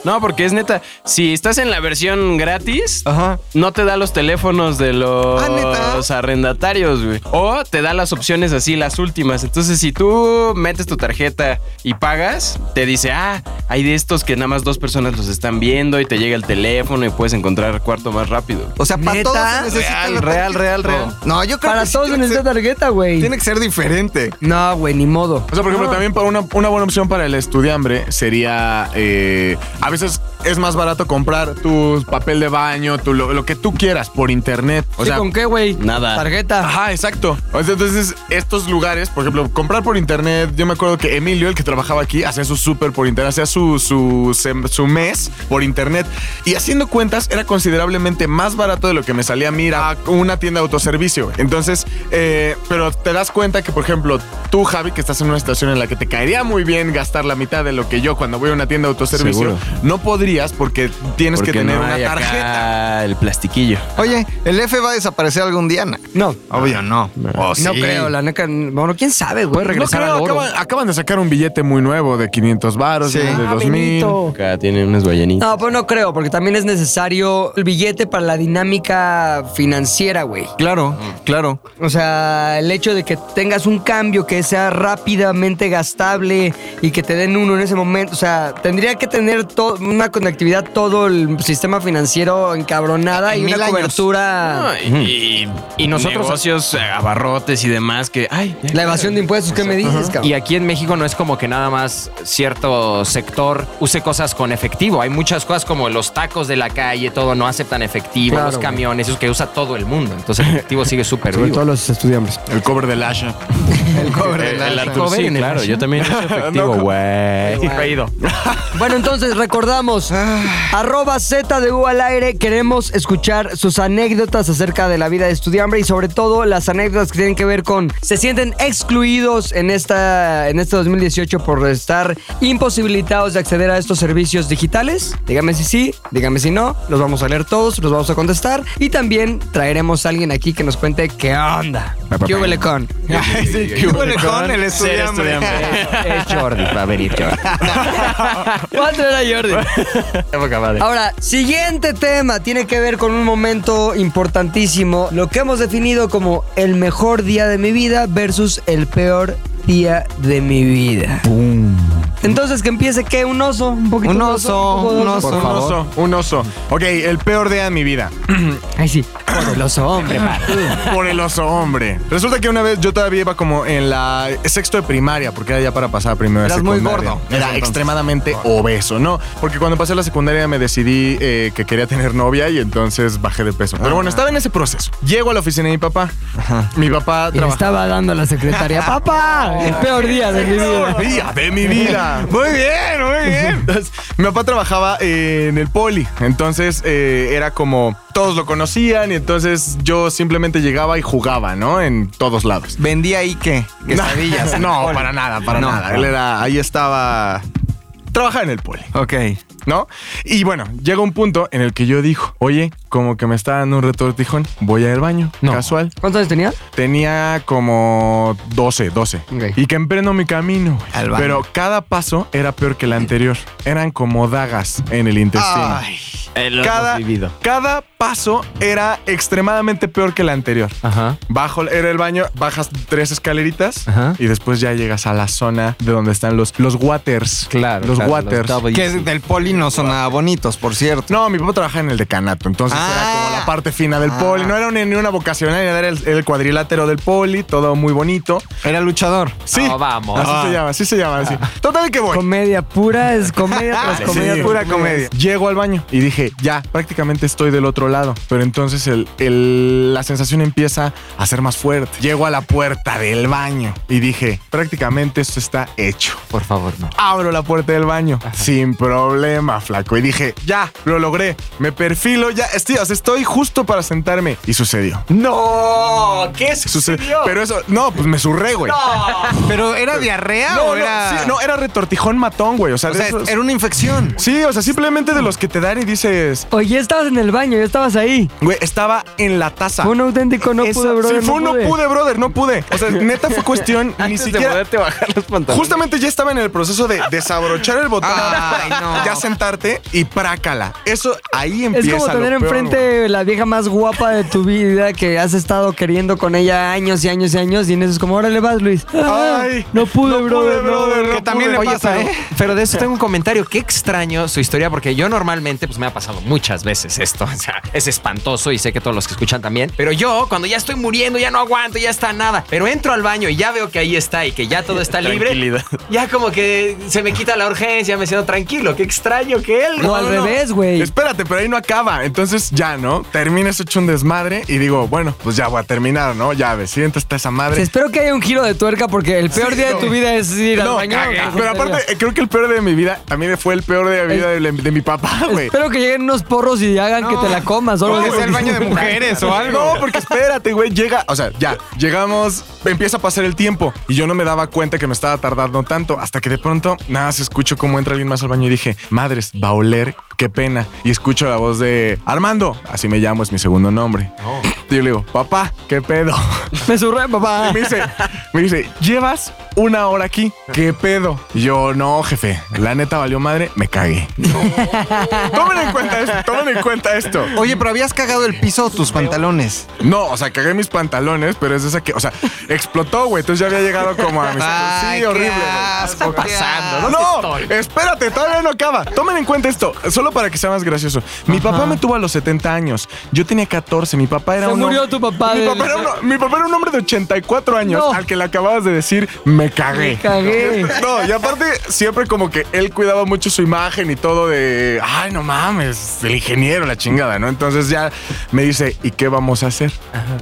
Speaker 5: No, porque es neta. Si estás en la versión gratis,
Speaker 3: Ajá.
Speaker 5: no te da los teléfonos de los
Speaker 3: Ah, ¿neta?
Speaker 5: arrendatarios, güey. O te da las opciones así, las últimas. Entonces, si tú metes tu tarjeta y pagas, te dice, ah, hay de estos que nada más dos personas los están viendo y te llega el teléfono y puedes encontrar cuarto más rápido.
Speaker 3: O sea, para
Speaker 1: ¿Neta?
Speaker 3: todos se necesita
Speaker 5: Real,
Speaker 3: la
Speaker 5: real,
Speaker 3: tarjeta.
Speaker 5: real, real.
Speaker 3: No, yo creo
Speaker 1: Para
Speaker 3: que sí
Speaker 1: todos en
Speaker 3: tiene, que
Speaker 1: esta
Speaker 3: ser,
Speaker 1: tarjeta, güey.
Speaker 3: tiene que ser diferente.
Speaker 1: No, güey, ni modo.
Speaker 6: O sea, por ejemplo, también para una, una buena opción para el estudiambre sería, eh, a veces es más barato comprar tu papel de baño, tu, lo, lo que tú quieras por internet. O
Speaker 1: Sí,
Speaker 6: sea,
Speaker 1: ¿Con qué, güey?
Speaker 5: Nada.
Speaker 1: Tarjeta.
Speaker 6: Ajá, exacto. O sea, entonces, estos lugares, por ejemplo, comprar por internet. Yo me acuerdo que Emilio, el que trabajaba aquí, hacía su súper por internet, hacía su, su, sem- su mes por internet. Y haciendo cuentas, era considerablemente más barato de lo que me salía a mí ir
Speaker 5: Ah.
Speaker 6: a una tienda de autoservicio. Entonces, eh, pero te das cuenta que, por ejemplo, tú, Javi, que estás en una situación en la que te caería muy bien gastar la mitad de lo que yo cuando voy a una tienda de autoservicio,
Speaker 5: Seguro.
Speaker 6: no podrías porque tienes
Speaker 5: Porque
Speaker 6: que tener
Speaker 5: no
Speaker 6: una
Speaker 5: hay acá
Speaker 6: tarjeta.
Speaker 5: el plastiquillo.
Speaker 3: Oye, el F va a desaparecer algún día, ¿no?
Speaker 1: No.
Speaker 3: Obvio, no.
Speaker 6: Oh, sí.
Speaker 1: No creo, la neta. Bueno, quién sabe, güey.
Speaker 6: No creo, acaban, acaban de sacar un billete muy nuevo de 500 varos,
Speaker 3: Sí.
Speaker 6: de
Speaker 1: Ah,
Speaker 6: 2000.
Speaker 1: Benito.
Speaker 5: Acá tiene unas ballenitas.
Speaker 1: No, pues no creo, porque también es necesario el billete para la dinámica financiera, güey.
Speaker 3: Claro, claro.
Speaker 1: O sea, el hecho de que tengas un cambio que sea rápidamente gastable y que te den uno en ese momento, o sea, tendría que tener to- una conectividad todo el sistema financiero encabronada
Speaker 3: En
Speaker 1: y
Speaker 3: mil
Speaker 1: una
Speaker 3: años.
Speaker 1: cobertura,
Speaker 5: y, y nosotros socios abarrotes y demás que ay
Speaker 1: la evasión de impuestos, ¿qué me dices, cabrón?
Speaker 4: Y aquí en México no es como que nada más cierto sector use cosas con efectivo. Hay muchas cosas como los tacos de la calle, todo no aceptan efectivo,
Speaker 1: Claro,
Speaker 4: los
Speaker 1: güey.
Speaker 4: camiones, esos que usa todo el mundo. Entonces el efectivo sigue súper vivo.
Speaker 1: los estudiantes.
Speaker 6: El cover del Asha.
Speaker 3: El cobre de la-
Speaker 5: el Arthur, sí, claro, yo también soy efectivo, güey.
Speaker 4: Reído.
Speaker 1: Bueno, entonces recordamos, arroba Z de U al aire, queremos escuchar sus anécdotas acerca de la vida de estudiambre y sobre todo las anécdotas que tienen que ver con se sienten excluidos en, esta, en este 2018 por estar imposibilitados de acceder a estos servicios digitales. Dígame si sí, dígame si no, los vamos a leer todos, los vamos a contestar y también traeremos a alguien aquí que nos cuente qué onda. ¿Qué huele con?
Speaker 3: ¿Qué huele con el
Speaker 5: Ser estudiante.
Speaker 3: estudiante?
Speaker 4: Es Jordi, va a venir Jordi.
Speaker 1: Va a traer a Jordi. Ahora, siguiente tema tiene que ver con un momento importantísimo, lo que hemos definido como el mejor día de mi vida versus el peor día de mi vida. Entonces que empiece que un oso, un poquito
Speaker 3: Un
Speaker 1: de
Speaker 3: oso,
Speaker 1: un poco de
Speaker 3: un
Speaker 1: oso.
Speaker 3: oso.
Speaker 6: Un
Speaker 3: favor.
Speaker 6: oso, un oso. Ok, el peor día de mi vida.
Speaker 1: Ay sí, por el oso hombre. pa.
Speaker 6: Por el oso, hombre. Resulta que una vez yo todavía iba como en la sexto de primaria, porque era ya para pasar a primero de
Speaker 3: Eras muy
Speaker 6: secundaria.
Speaker 3: gordo.
Speaker 6: Era extremadamente obeso, ¿no? Porque cuando pasé la secundaria me decidí eh, que quería tener novia y entonces bajé de peso. Pero bueno, estaba en ese proceso. Llego a la oficina de mi papá. Mi
Speaker 1: Y
Speaker 6: papá
Speaker 1: este le
Speaker 6: trabajaba.
Speaker 1: estaba dando a la secretaria, papá, el peor día de mi vida.
Speaker 6: Mejor día de mi vida. Muy bien, muy bien. Entonces, mi papá trabajaba en el poli, entonces eh, era como todos lo conocían y entonces yo simplemente llegaba y jugaba, ¿no? En todos lados.
Speaker 3: Vendía ahí qué? Quesadillas.
Speaker 6: No, para nada, para
Speaker 3: No.
Speaker 6: nada. Él era, ahí estaba. Trabajaba en el poli.
Speaker 3: Ok.
Speaker 6: ¿no? Y bueno, llega un punto en el que yo dijo, oye, como que me está dando un retortijón, voy a ir al baño, casual.
Speaker 1: ¿Cuántos años tenía?
Speaker 6: Tenía como 12, 12.
Speaker 1: Ok.
Speaker 6: Y que emprendo mi camino. güey.
Speaker 3: Al baño.
Speaker 6: Pero cada paso era peor que el anterior. Eran como dagas en el intestino.
Speaker 3: Ay,
Speaker 5: Eh,
Speaker 6: cada, cada paso era extremadamente peor que el anterior.
Speaker 5: Ajá.
Speaker 6: Bajo era el baño, bajas tres escaleritas
Speaker 5: Ajá.
Speaker 6: y después ya llegas a la zona de donde están los, los waters.
Speaker 5: Claro,
Speaker 6: Los
Speaker 5: claro, los
Speaker 6: waters.
Speaker 5: double-
Speaker 3: que del poli no son nada bonitos, por cierto.
Speaker 6: no, mi papá trabaja en el decanato, entonces era como la
Speaker 3: Ah.
Speaker 6: parte fina del
Speaker 3: Ah.
Speaker 6: poli. No era ni ni una vocacional, era el, el cuadrilátero del poli, todo muy bonito.
Speaker 3: Era luchador.
Speaker 6: Sí.
Speaker 4: No, vamos.
Speaker 6: Así se llama, así se llama. Así. Total que voy.
Speaker 1: Ah.
Speaker 6: Ah,
Speaker 1: Comedia pura es comedia tras
Speaker 6: Sí.
Speaker 1: comedia
Speaker 6: Sí.
Speaker 1: pura
Speaker 3: comedia.
Speaker 6: Llego al baño y dije, ya, prácticamente estoy del otro lado. Pero entonces el- el- la sensación empieza a ser más fuerte. Llego a la puerta del baño y dije, prácticamente esto está hecho.
Speaker 4: Por favor, no.
Speaker 6: Abro la puerta del baño sin problema, flaco. Y dije, ya, lo logré. Me perfilo, ya estoy, o sea, estoy justo para sentarme. Y sucedió.
Speaker 4: ¡No! ¿Qué
Speaker 6: Sucedió. Pero eso, no, pues me surré, güey.
Speaker 3: ¿Pero era diarrea
Speaker 6: No,
Speaker 3: o
Speaker 6: no,
Speaker 3: era.?
Speaker 6: sí, no, era retortijón matón, güey. O sea,
Speaker 3: o
Speaker 6: de
Speaker 3: sea,
Speaker 6: esos-
Speaker 3: era una infección.
Speaker 6: Sí, o sea, simplemente de los que te dan y dices,
Speaker 1: Oye, ya estabas en el baño, ya estabas ahí.
Speaker 6: güey, estaba en la
Speaker 3: Ah,
Speaker 6: taza.
Speaker 1: Fue un auténtico no
Speaker 6: Esa-
Speaker 1: pude, bro.
Speaker 6: Sí, fue un no pude. brother, no pude. O sea, neta fue cuestión ni
Speaker 5: Antes de
Speaker 6: siquiera.
Speaker 5: poderte bajar los pantalones.
Speaker 6: Justamente ya estaba en el proceso de desabrochar el botón,
Speaker 3: Ay, no.
Speaker 6: ya sentarte y prácala. Eso ahí
Speaker 1: Es
Speaker 6: empieza.
Speaker 1: como
Speaker 6: lo
Speaker 1: tener
Speaker 6: peor, güey.
Speaker 1: enfrente la vieja más guapa de tu vida que has estado queriendo con ella años y años y años y en eso es como, órale vas, Luis. Ah,
Speaker 6: Ay,
Speaker 1: no pude,
Speaker 6: no
Speaker 1: brother. no.
Speaker 6: pude, brother, no
Speaker 3: que también
Speaker 6: pude.
Speaker 3: le
Speaker 6: Oye,
Speaker 3: pasa,
Speaker 6: pero-
Speaker 3: ¿eh?
Speaker 4: Pero de eso tengo un comentario. Qué extraño su historia, porque yo normalmente, pues me ha pasado muchas veces esto. O sea, es espantoso y sé que todos los que escuchan también. Pero yo, cuando ya estoy muriendo, ya no aguanto, ya está nada. Pero entro al baño y ya veo que ahí está y que ya todo está libre.
Speaker 5: Tranquilidad.
Speaker 4: Ya como que se me quita la urgencia, me siento tranquilo. Qué extraño que él.
Speaker 1: No, al revés, güey.
Speaker 6: Espérate, pero ahí no acaba. Entonces ya, ¿no? Terminas hecho un desmadre y digo, bueno, pues ya voy a terminar, ¿no? Ya ves, siento está esa
Speaker 1: Pues
Speaker 6: madre.
Speaker 1: espero que haya un giro de tuerca porque el peor
Speaker 6: Sí,
Speaker 1: día
Speaker 6: no.
Speaker 1: de tu vida es ir al
Speaker 6: No,
Speaker 1: baño.
Speaker 6: cagué.
Speaker 1: Pues,
Speaker 6: pero
Speaker 1: en serio.
Speaker 6: aparte, eh, creo que el peor de mi vida, a mí me fue el peor de la vida de, de mi papá, güey.
Speaker 1: Espero que lleguen unos porros y hagan que te la comas. o algo
Speaker 3: Que sea el
Speaker 1: así.
Speaker 3: baño de mujeres o algo.
Speaker 6: No, porque espérate, güey, llega, o sea, ya, llegamos, empieza a pasar el tiempo y yo no me daba cuenta que me estaba tardando tanto hasta que de pronto, nada, se escucho cómo entra alguien más al baño y dije, madres, va a oler, qué pena. Y escucho la voz de Armando, así me llamo, es mi segundo nombre. Y yo le digo, papá, qué pedo.
Speaker 1: Me surré, papá.
Speaker 6: Y me dice, me dice, llevas una hora aquí, qué pedo. Y yo, no, jefe, la neta valió madre, me cagué. tomen en cuenta esto, tomen en cuenta esto.
Speaker 3: Oye, pero habías cagado el piso o tus pantalones.
Speaker 6: No, o sea, cagué mis pantalones, pero es esa que, o sea, explotó, güey. Entonces ya había llegado como a mis.
Speaker 3: Ay,
Speaker 6: sí,
Speaker 3: qué
Speaker 6: horrible. güey.
Speaker 3: asco, qué
Speaker 6: No,
Speaker 3: asco.
Speaker 6: no, espérate, todavía no acaba. Tomen en cuenta esto, solo para que sea más gracioso. Mi papá me tuvo a los 70 años. Yo tenía 14. Mi papá era
Speaker 1: Se
Speaker 6: un.
Speaker 1: murió
Speaker 6: hombre-
Speaker 1: tu papá
Speaker 6: Mi
Speaker 1: del-
Speaker 6: papá, era un, mi papá era un hombre de 84 años
Speaker 1: No.
Speaker 6: al que le acababas de decir, me
Speaker 1: Me
Speaker 6: cagué.
Speaker 1: cagué.
Speaker 6: No, y aparte, siempre como que él cuidaba mucho su imagen y todo de, ay, no mames, el ingeniero, la chingada, ¿no? Entonces ya me dice, ¿y qué vamos a hacer?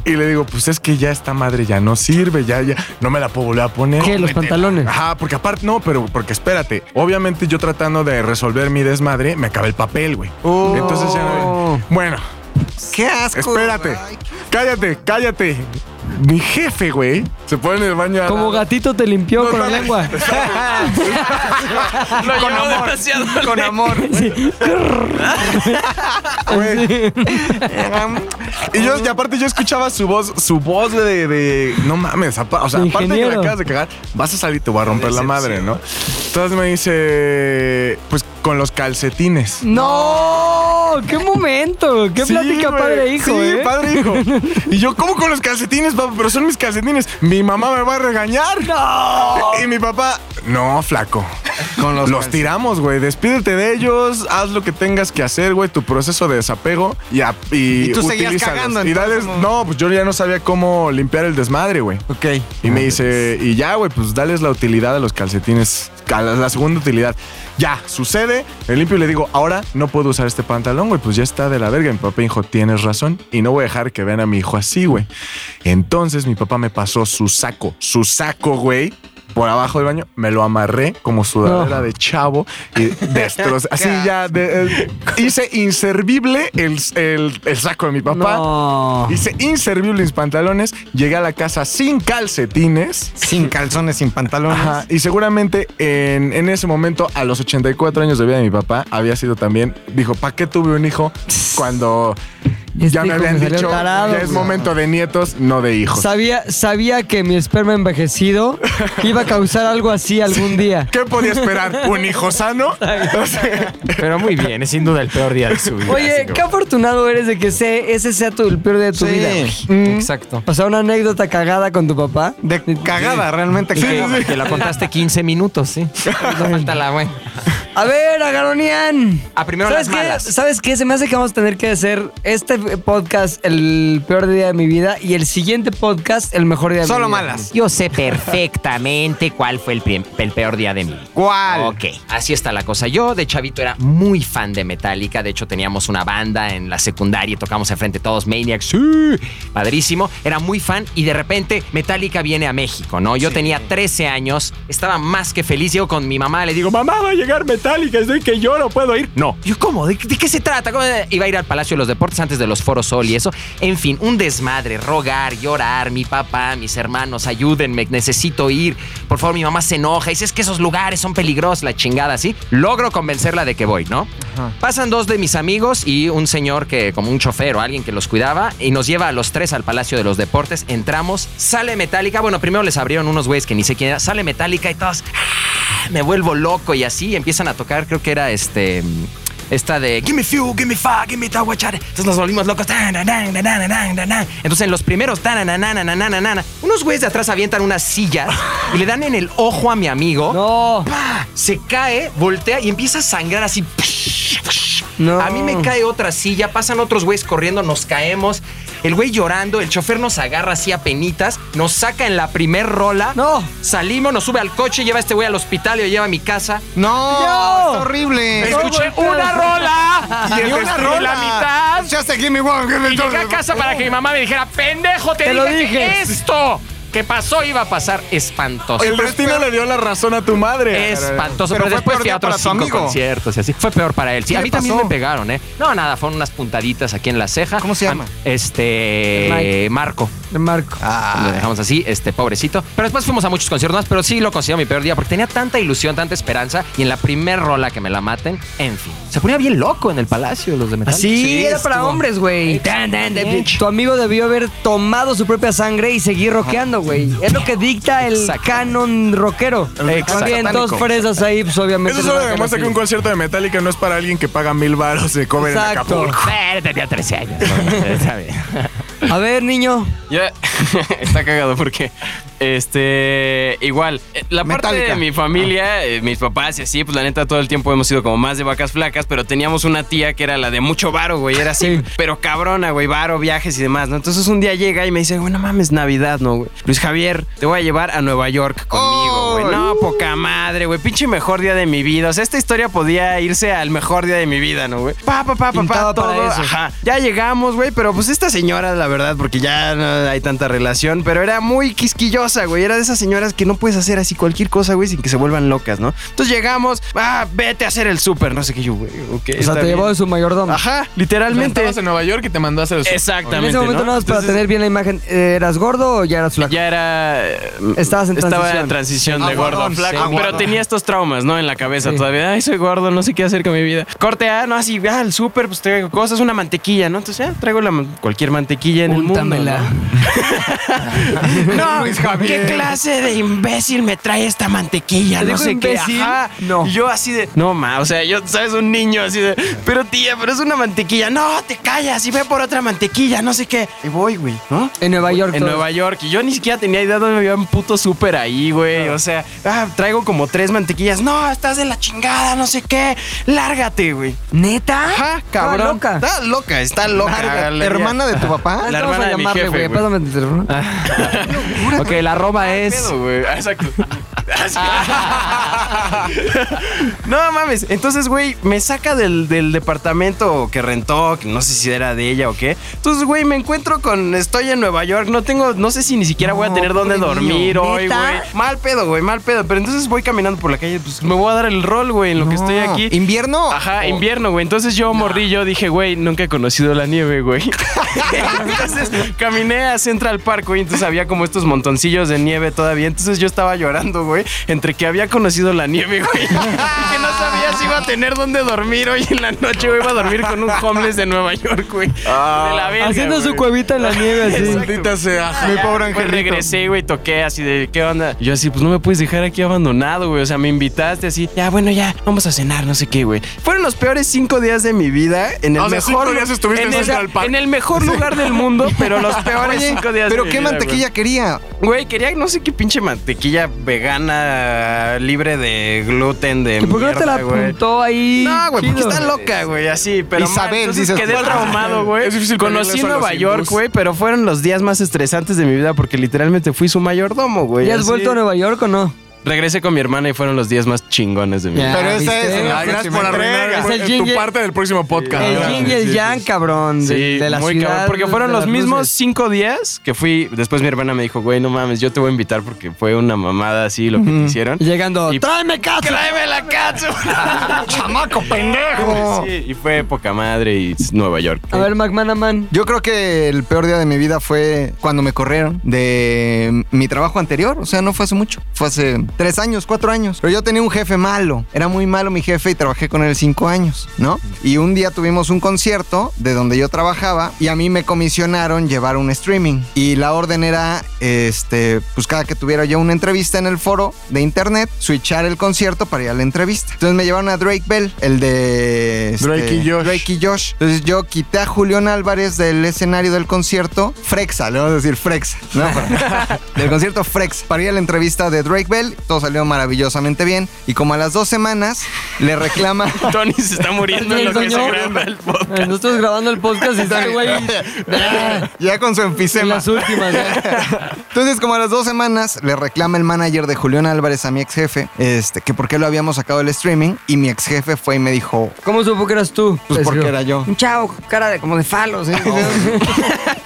Speaker 6: Y le digo, pues es que ya esta madre ya no sirve, ya, ya, no me la puedo volver a poner.
Speaker 1: ¿Qué? ¿Los pantalones?
Speaker 6: Ajá, porque aparte, no, pero porque espérate, obviamente yo tratando de resolver mi desmadre, me acabé el papel, güey.
Speaker 1: Oh.
Speaker 6: Entonces ya no. Bueno,
Speaker 3: Qué asco.
Speaker 6: espérate,
Speaker 3: Ay,
Speaker 6: cállate, cállate. Mi jefe, güey, se pone en el baño. a-
Speaker 1: Como gatito te limpió
Speaker 6: No,
Speaker 1: con la
Speaker 6: no, no.
Speaker 1: lengua.
Speaker 4: con amor.
Speaker 3: Con amor.
Speaker 6: Güey. y yo, y aparte, yo escuchaba su voz, su voz de, de- no mames, apa- o sea,
Speaker 1: De
Speaker 6: aparte de que la
Speaker 1: ingeniero.
Speaker 6: acabas de cagar, vas a salir y te voy a romper la madre, ¿no? Entonces me dice, pues con los calcetines.
Speaker 1: ¡No! ¡Qué momento! ¡Qué
Speaker 6: Sí,
Speaker 1: plática
Speaker 6: güey.
Speaker 1: padre e hijo,
Speaker 6: Sí,
Speaker 1: eh!
Speaker 6: padre hijo. Y yo, ¿cómo con los calcetines, papá? Pero son mis calcetines. Mi mamá me va a regañar. No. Y mi papá, no, flaco.
Speaker 3: Con los,
Speaker 6: Los, tiramos, güey. Despídete de ellos, haz lo que tengas que hacer, güey, tu proceso de desapego y, a- y,
Speaker 3: Y tú seguías
Speaker 6: utilízalos.
Speaker 3: cagando,
Speaker 6: Y dales,
Speaker 3: entonces, como-
Speaker 6: no, pues yo ya no sabía cómo limpiar el desmadre, güey.
Speaker 3: Ok.
Speaker 6: Y me dice, y ya, güey, pues dales la utilidad a los calcetines, a la, la segunda utilidad. Ya, sucede, me limpio y le digo, ahora no puedo usar este pantalón, güey, pues ya está de la verga. Mi papá dijo, tienes razón, y no voy a dejar que vean a mi hijo así, güey. Entonces mi papá me pasó su saco, su saco, güey. Por abajo del baño me lo amarré como sudadera de chavo y destrocé. Así ya de- eh, hice inservible el, el- el saco de mi papá.
Speaker 1: No.
Speaker 6: Hice inservible mis pantalones, llegué a la casa sin calcetines.
Speaker 3: Sin calzones, sin pantalones.
Speaker 6: Ajá, y seguramente en, en ese momento, a los 84 años de vida de mi papá, había sido también, dijo, ¿para qué tuve un hijo cuando
Speaker 1: Este
Speaker 6: ya me
Speaker 1: hijo
Speaker 6: habían
Speaker 1: me salió
Speaker 6: dicho,
Speaker 1: tarado, pues.
Speaker 6: ya es
Speaker 1: güey.
Speaker 6: momento de nietos, no de hijos?
Speaker 1: Sabía, sabía que mi esperma envejecido iba a causar algo así algún día.
Speaker 6: ¿Qué podía esperar? ¿Un hijo sano?
Speaker 4: Pero muy bien, es sin duda el peor día de su vida. así
Speaker 1: Oye,
Speaker 4: que
Speaker 1: qué afortunado eres de que ese, ese sea tu, el peor día de tu
Speaker 3: Sí.
Speaker 1: vida. güey. Mm.
Speaker 4: bueno. Exacto.
Speaker 1: O sea, una anécdota cagada con tu papá.
Speaker 3: De cagada, realmente.
Speaker 4: Que,
Speaker 3: cagada.
Speaker 4: que la contaste 15 minutos, sí. No falta la, güey.
Speaker 1: A ver, Agaronian.
Speaker 4: A primero
Speaker 1: ¿Sabes
Speaker 4: las malas.
Speaker 1: Qué? ¿Sabes qué? Se me hace que vamos a tener que hacer este podcast el peor día de mi vida y el siguiente podcast el mejor día de
Speaker 3: Solo
Speaker 1: mi vida.
Speaker 3: malas.
Speaker 4: Yo sé perfectamente cuál fue el, prim- el peor día de mi vida.
Speaker 3: ¿Cuál?
Speaker 4: Ok, así está la cosa. Yo de chavito era muy fan de Metallica. De hecho, teníamos una banda en la secundaria y tocamos enfrente todos Maniacs. ¡Sí! Padrísimo. Era muy fan y de repente Metallica viene a México, ¿no? Yo tenía 13 años, estaba más que feliz. Llego con mi mamá, le digo, mamá, va a llegar Metallica, estoy que yo no puedo ir. No. Yo, ¿cómo? ¿De, de qué se trata? ¿Cómo? Iba a ir al Palacio de los Deportes antes de los Foros Sol y eso. En fin, un desmadre, rogar, llorar, mi papá, mis hermanos, ayúdenme, necesito ir. Por favor, mi mamá se enoja. Dice, es que esos lugares son peligrosos, la chingada, así. Logro convencerla de que voy, ¿no? Pasan dos de mis amigos y un señor que, como un chofer o alguien que los cuidaba, y nos lleva a los tres al Palacio de los Deportes. Entramos, sale Metallica. Bueno, primero les abrieron unos güeyes que ni sé quién era. Sale Metallica y todos, "Ah", me vuelvo loco y así. Empiezan a tocar, creo que era este... Esta de Give me fuel, give me fire, give me that white shot". Entonces nos volvimos locos. Tan, tan, tan, tan, tan, tan, tan, tan. Entonces en los primeros, tan, tan, tan, tan, tan, tan, tan, unos güeyes de atrás avientan unas sillas y le dan en el ojo a mi amigo.
Speaker 1: No.
Speaker 4: ¡Pa! Se cae, voltea y empieza a sangrar así.
Speaker 1: No.
Speaker 4: A mí me cae otra silla, pasan otros güeyes corriendo, nos caemos. El güey llorando, el chofer nos agarra así a penitas, nos saca en la primer rola.
Speaker 1: No.
Speaker 4: Salimos, nos sube al coche, lleva a este güey al hospital y lo lleva a mi casa.
Speaker 3: No,
Speaker 1: No.
Speaker 3: está horrible.
Speaker 4: Escuché una rola y
Speaker 3: Ni
Speaker 4: el
Speaker 3: una
Speaker 4: destruí
Speaker 3: rola.
Speaker 4: la mitad.
Speaker 3: Ya sé, give me one, give me
Speaker 4: Y
Speaker 3: two.
Speaker 4: llegué a casa para que mi mamá me dijera, pendejo, te,
Speaker 1: Te lo
Speaker 4: dije, que
Speaker 1: dije.
Speaker 4: esto que pasó iba a pasar espantoso.
Speaker 6: El destino le dio la razón a tu madre.
Speaker 4: Espantoso, pero,
Speaker 3: Pero fue
Speaker 4: después fui
Speaker 3: peor
Speaker 4: a
Speaker 3: día
Speaker 4: otros
Speaker 3: para tu
Speaker 4: cinco
Speaker 3: amigo.
Speaker 4: conciertos y así. Fue peor para él. Sí,
Speaker 3: ¿Qué
Speaker 4: a
Speaker 3: le
Speaker 4: mí también
Speaker 3: pasó?
Speaker 4: me pegaron, ¿eh? No, nada, fueron unas puntaditas aquí en la ceja.
Speaker 3: ¿Cómo se llama?
Speaker 4: Ah, Este.
Speaker 1: Mike.
Speaker 4: Marco.
Speaker 1: De Marco.
Speaker 4: Lo
Speaker 3: Ah,
Speaker 4: dejamos así, este pobrecito. Pero después fuimos a muchos conciertos, más, pero sí lo considero mi peor día porque tenía tanta ilusión, tanta esperanza y en la primer rola que me la maten, en fin. Se ponía bien loco en el palacio los de
Speaker 3: ¿Ah,
Speaker 4: metal.
Speaker 1: Ah, Sí, era para hombres, güey. Tan, tan, tan. Tu amigo debió haber tomado su propia sangre y seguir rockeando, güey. Es lo que dicta el
Speaker 4: Exactamente.
Speaker 1: canon rockero.
Speaker 4: Exacto.
Speaker 1: También dos fresas ahí, pues obviamente.
Speaker 6: Eso
Speaker 1: no
Speaker 6: solo
Speaker 1: van a
Speaker 6: demuestra
Speaker 1: querer
Speaker 6: que un
Speaker 1: feliz.
Speaker 6: concierto de Metallica no es para alguien que paga mil baros de comer en
Speaker 1: Exacto.
Speaker 6: Acapulco.
Speaker 4: Pero tenía 13 años. ¿no? Está bien.
Speaker 1: A ver, niño.
Speaker 5: Ya, está cagado porque, este, igual, eh, la parte
Speaker 3: Metallica.
Speaker 5: de mi
Speaker 1: Ah.
Speaker 5: familia, eh, mis papás y así, pues la neta todo el tiempo hemos sido como más de vacas flacas, pero teníamos una tía que era la de mucho varo, güey, era así, pero cabrona, güey, varo, viajes y demás, ¿no? Entonces un día llega y me dice, bueno, mames, Navidad, ¿no, güey? Luis Javier, te voy a llevar a Nueva York conmigo,
Speaker 1: Oh.
Speaker 5: güey. No, poca madre, güey, pinche mejor día de mi vida. O sea, esta historia podía irse al mejor día de mi vida, ¿no, güey? Pa, pa, pa, pa,
Speaker 1: Pintaba
Speaker 5: pa,
Speaker 1: para
Speaker 5: todo,
Speaker 1: eso.
Speaker 5: ajá. Ya llegamos, güey, pero pues esta señora, la verdad, porque ya no hay tanta relación, pero era muy quisquillosa, güey. Era de esas señoras que no puedes hacer así cualquier cosa, güey, sin que se vuelvan locas, ¿no? Entonces llegamos, ah, vete a hacer el súper, no sé qué yo, güey.
Speaker 1: O
Speaker 5: ok,
Speaker 1: sea,
Speaker 5: está
Speaker 1: te
Speaker 5: bien. Ah,
Speaker 1: llevó de su mayordomo.
Speaker 5: Ajá,
Speaker 6: Realmente.
Speaker 5: literalmente.
Speaker 6: Estabas en Nueva York y te mandó a hacer eso.
Speaker 1: En
Speaker 5: Exactamente.
Speaker 1: ese momento,
Speaker 5: ¿no?
Speaker 1: nada más para
Speaker 5: Entonces,
Speaker 1: tener bien la imagen, eh, ¿eras gordo o ya eras flaco?
Speaker 5: Ya era. eh,
Speaker 1: Estabas en
Speaker 5: Estaba
Speaker 1: transición.
Speaker 5: en transición de
Speaker 3: Aguadón,
Speaker 5: gordo a flaco.
Speaker 3: sí, aguadón.
Speaker 5: pero tenía estos traumas, ¿no? En la cabeza
Speaker 1: Sí.
Speaker 5: todavía. Ay, soy gordo, no sé qué hacer con mi vida. Corte, ah, no, así, ah, el súper, pues traigo cosas, una mantequilla, ¿no? Entonces, ya traigo la, man- cualquier mantequilla en el
Speaker 7: Úntamela.
Speaker 5: mundo. ¿no? No, ¿qué clase de imbécil me trae esta mantequilla?
Speaker 1: ¿Te
Speaker 5: No
Speaker 1: dijo
Speaker 5: sé qué.
Speaker 1: imbécil?
Speaker 5: Ajá.
Speaker 1: No.
Speaker 5: Y yo así de, no, ma, o sea, yo, sabes, un niño así de, pero tía, pero es una mantequilla. No, te callas y ve por otra mantequilla, no sé qué. Y voy, güey, ¿no?
Speaker 1: En Nueva York.
Speaker 5: En
Speaker 1: todo.
Speaker 5: Nueva York. Y yo ni siquiera tenía idea dónde había un puto súper ahí, güey. O sea, ah, traigo como tres mantequillas. No, estás de la chingada, no sé qué. Lárgate, güey.
Speaker 1: ¿Neta?
Speaker 5: Ajá,
Speaker 1: Estaba
Speaker 5: cabrón.
Speaker 1: loca.
Speaker 5: Está loca, está loca.
Speaker 3: Verga,
Speaker 5: la
Speaker 3: ¿Hermana de tu papá?
Speaker 1: Ah,
Speaker 5: La
Speaker 1: vamos
Speaker 5: hermana
Speaker 1: a
Speaker 5: de mi
Speaker 1: llamarle,
Speaker 5: jefe,
Speaker 1: güey.
Speaker 5: güey. Ah,
Speaker 1: Pásame tu teléfono.
Speaker 4: ok, la arroba es.
Speaker 5: pedo, güey. Ah, Exacto. Así. no mames. Entonces, güey, me saca del, del departamento que rentó, que no sé si era de ella o qué. Entonces, güey, me encuentro con. Estoy en Nueva York, no tengo. No sé si ni siquiera voy a tener dónde dormir hoy, güey. Mal pedo, güey, mal pedo. Pero entonces voy caminando por la calle, pues me voy a dar el rol, güey, en lo que estoy aquí.
Speaker 3: ¿Invierno?
Speaker 5: Ajá, invierno, güey. Entonces yo morrí, yo dije, güey, nunca he conocido la nieve, güey. entonces caminé a Central Park, güey. Entonces había como estos montoncillos de nieve todavía. Entonces yo estaba llorando, güey, entre que había conocido la nieve, güey. y que no sabía si iba a tener dónde dormir hoy en la noche, güey. Iba a dormir con un homeless de Nueva York, güey. de la verga,
Speaker 1: Haciendo su
Speaker 5: güey.
Speaker 1: cuevita en la nieve así.
Speaker 6: Maldita sea.
Speaker 5: Ya, Pues regresé, güey, toqué así de, ¿qué onda? Yo así, pues no me puedes dejar aquí abandonado, güey. O sea, me invitaste así, ya, bueno, ya, vamos a cenar, no sé qué, güey. Fueron los peores cinco días de mi vida en el
Speaker 6: O sea, cinco
Speaker 5: mejor.
Speaker 6: días estuviste
Speaker 5: en,
Speaker 6: en
Speaker 5: el-
Speaker 6: Central Park.
Speaker 5: en el mejor lugar del mundo, pero los peores
Speaker 3: Oye,
Speaker 5: cinco días
Speaker 3: pero
Speaker 5: de mi
Speaker 3: qué
Speaker 5: vida,
Speaker 3: mantequilla quería.
Speaker 5: Güey. Güey, quería no sé qué pinche mantequilla vegana libre de gluten de
Speaker 1: ¿Y por qué no te la
Speaker 5: mierda, güey.
Speaker 1: juntó ahí.
Speaker 5: No, güey, porque
Speaker 1: chido.
Speaker 5: está loca, güey, así, pero mal.
Speaker 3: Isabel,
Speaker 5: Entonces
Speaker 3: dices,
Speaker 5: quedé
Speaker 3: "Guau".
Speaker 5: traumado, güey.
Speaker 6: Es difícil
Speaker 5: Conocí
Speaker 6: ponerle eso a
Speaker 5: Nueva
Speaker 6: los
Speaker 5: York,
Speaker 6: hindús.
Speaker 5: güey, pero fueron los días más estresantes de mi vida porque literalmente fui su mayordomo, güey.
Speaker 1: ¿Ya has
Speaker 5: así.
Speaker 1: vuelto a Nueva York o no?
Speaker 5: Regresé con mi hermana y fueron los días más chingones de mi
Speaker 1: Ya.
Speaker 5: vida.
Speaker 3: Pero esa
Speaker 1: ¿viste?
Speaker 3: es. Ah, la
Speaker 1: Ay,
Speaker 6: Gracias
Speaker 3: próxima
Speaker 6: por arruinar
Speaker 1: Es
Speaker 3: entrega.
Speaker 1: el
Speaker 6: el- tu
Speaker 1: jingle.
Speaker 6: parte del próximo podcast.
Speaker 1: El yin y el yang, cabrón, de,
Speaker 5: Sí,
Speaker 1: de la
Speaker 5: muy
Speaker 1: ciudad.
Speaker 5: cabrón, porque fueron
Speaker 1: de
Speaker 5: los
Speaker 1: las
Speaker 5: mismos
Speaker 1: luces.
Speaker 5: cinco días que fui. Después mi hermana me dijo, güey, no mames, yo te voy a invitar porque fue una mamada así lo que te hicieron.
Speaker 1: Llegando,
Speaker 5: Y-
Speaker 1: tráeme casa.
Speaker 5: ¡Tráeme la cápsula!
Speaker 3: ¡Chamaco pendejo!
Speaker 5: Sí, y fue poca madre y Nueva York.
Speaker 1: A ver, McManaman.
Speaker 3: Yo creo que el peor día de mi vida fue cuando me corrieron de mi trabajo anterior. O sea, no fue hace mucho. Fue hace tres años, cuatro años. Pero yo tenía un jefe malo. Era muy malo mi jefe y trabajé con él cinco años, ¿no? Y un día tuvimos un concierto de donde yo trabajaba y a mí me comisionaron llevar un streaming. Y la orden era, este, pues cada que tuviera yo una entrevista en el foro de internet, switchar el concierto para ir a la entrevista. Entonces me llevaron a Drake Bell, el de... este,
Speaker 6: Drake y Josh.
Speaker 3: Drake y Josh. Entonces yo quité a Julián Álvarez del escenario del concierto Frexa, le vamos a decir Frexa, ¿no? Para- del concierto Frex. Para ir a la entrevista de Drake Bell, todo salió maravillosamente bien. Y como a las dos semanas, le reclama.
Speaker 5: Tony se está muriendo en lo que se graba el podcast.
Speaker 1: Nosotros grabando el podcast y este güey
Speaker 3: ya con su
Speaker 1: en
Speaker 3: enfisema.
Speaker 1: las últimas. ¿eh?
Speaker 3: Entonces, como a las dos semanas, le reclama el manager de Julián Álvarez a mi ex jefe, este, que por qué lo habíamos sacado del streaming. Y mi ex jefe fue y me dijo,
Speaker 1: ¿Cómo supo que eras tú?
Speaker 3: pues porque era yo.
Speaker 7: Un chavo con cara de como de falos, ¿eh?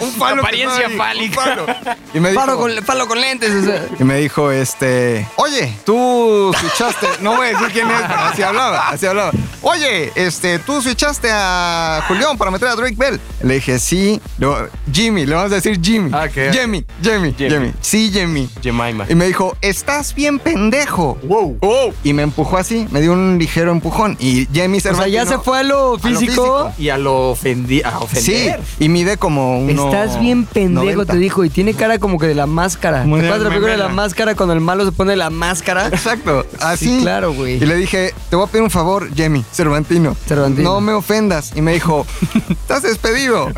Speaker 3: Un falo.
Speaker 5: Apariencia fálica.
Speaker 3: Y me dijo,
Speaker 1: Falo con, falo con lentes. o sea.
Speaker 3: Y me dijo, este, oye, tú switchaste, no voy a decir quién es, pero así hablaba, así hablaba. Oye, este, tú switchaste a Julián para meter a Drake Bell. Le dije, sí, Luego, Jimmy, le vamos a decir Jimmy.
Speaker 5: Ah, ok.
Speaker 3: Jimmy, Jimmy, Jimmy,
Speaker 5: Jimmy.
Speaker 3: Sí, Jimmy.
Speaker 5: Jemima.
Speaker 3: Y me dijo, estás bien pendejo. Oh.
Speaker 6: Wow. wow.
Speaker 3: Y me empujó así, me dio un ligero empujón. Y Jimmy se
Speaker 1: O sea, ya se fue a lo físico.
Speaker 3: físico.
Speaker 5: Y a lo ofendí, a
Speaker 3: Sí,
Speaker 5: ofender.
Speaker 3: y mide como uno...
Speaker 1: Estás bien pendejo,
Speaker 3: 90.
Speaker 1: te dijo. Y tiene cara como que de la máscara.
Speaker 3: Muy
Speaker 1: ¿Te acuerdas de la
Speaker 3: de
Speaker 1: película de la
Speaker 3: memela.
Speaker 1: máscara cuando el malo se pone la máscara?
Speaker 3: Exacto, así.
Speaker 1: claro, güey.
Speaker 3: Y le dije, te voy a pedir un favor, Jimmy, Cervantino.
Speaker 1: Cervantino.
Speaker 3: No me ofendas. Y me dijo, estás despedido.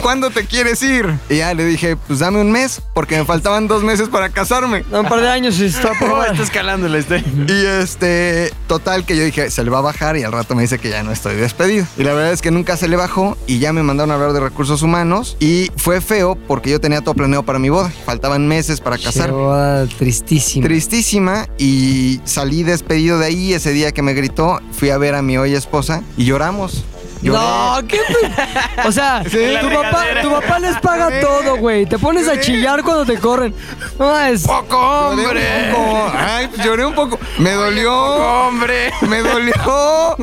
Speaker 3: ¿Cuándo te quieres ir? Y ya le dije, pues dame un mes, porque me faltaban dos meses para casarme.
Speaker 1: No, un par de años y está por
Speaker 5: Oh, está escalando el este.
Speaker 3: Y este, total que yo dije, se le va a bajar y al rato me dice que ya no estoy despedido. Y la verdad es que nunca se le bajó y ya me mandaron a hablar de recursos humanos y fue feo porque yo tenía todo planeado para mi boda. Faltaban meses para casarme.
Speaker 1: Boda tristísima.
Speaker 3: Tristísima y salí despedido de ahí ese día que me gritó. Fui a ver a mi hoy esposa y lloramos. Lloré.
Speaker 1: No, qué. pe- O sea,
Speaker 3: Sí.
Speaker 1: tu, papá, tu papá les paga
Speaker 3: Sí.
Speaker 1: todo, güey. Te pones a chillar cuando te corren. No es.
Speaker 5: ¡Poco
Speaker 3: Lloré un
Speaker 5: hombre!
Speaker 3: poco. Ay, pues, lloré un poco. Me dolió.
Speaker 5: ¡Hombre!
Speaker 3: Me dolió.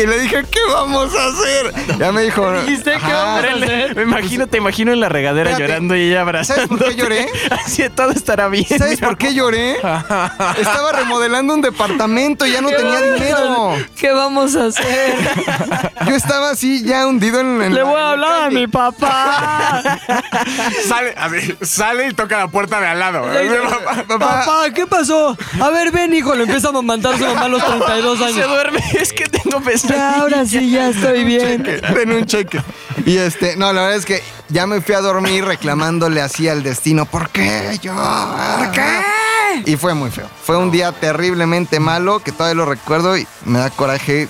Speaker 3: Y le dije, ¿qué vamos a hacer? Ya me dijo.
Speaker 1: dijiste, "¿Qué
Speaker 3: "Ajá".
Speaker 1: vamos a hacer?
Speaker 5: Me imagino, te imagino en la regadera
Speaker 3: Espérate.
Speaker 5: llorando y ella
Speaker 3: ¿Sabes
Speaker 5: abrazando.
Speaker 3: por qué lloré?
Speaker 5: Así todo estará bien.
Speaker 3: ¿Sabes por qué lloré? Estaba remodelando un departamento y ya no tenía dinero.
Speaker 1: ¿Qué vamos a hacer?
Speaker 3: Yo estaba así ya hundido en el.
Speaker 1: Le voy a hablar a mi papá.
Speaker 6: Sale, a ver, sale y toca la puerta de al lado.
Speaker 1: Papá, ¿qué pasó? A ver, ven, hijo. Lo empieza a mamantar su mamá a los 32
Speaker 5: Se
Speaker 1: años.
Speaker 5: duerme, es que tengo
Speaker 1: Ya,
Speaker 5: pesadillas.
Speaker 1: ahora sí, ya estoy bien.
Speaker 3: Den un cheque. Y este, no, la verdad es que ya me fui a dormir reclamándole así al destino. ¿Por qué yo? ¿Por qué? Y fue muy feo. Fue un día terriblemente malo que todavía lo recuerdo y me da coraje.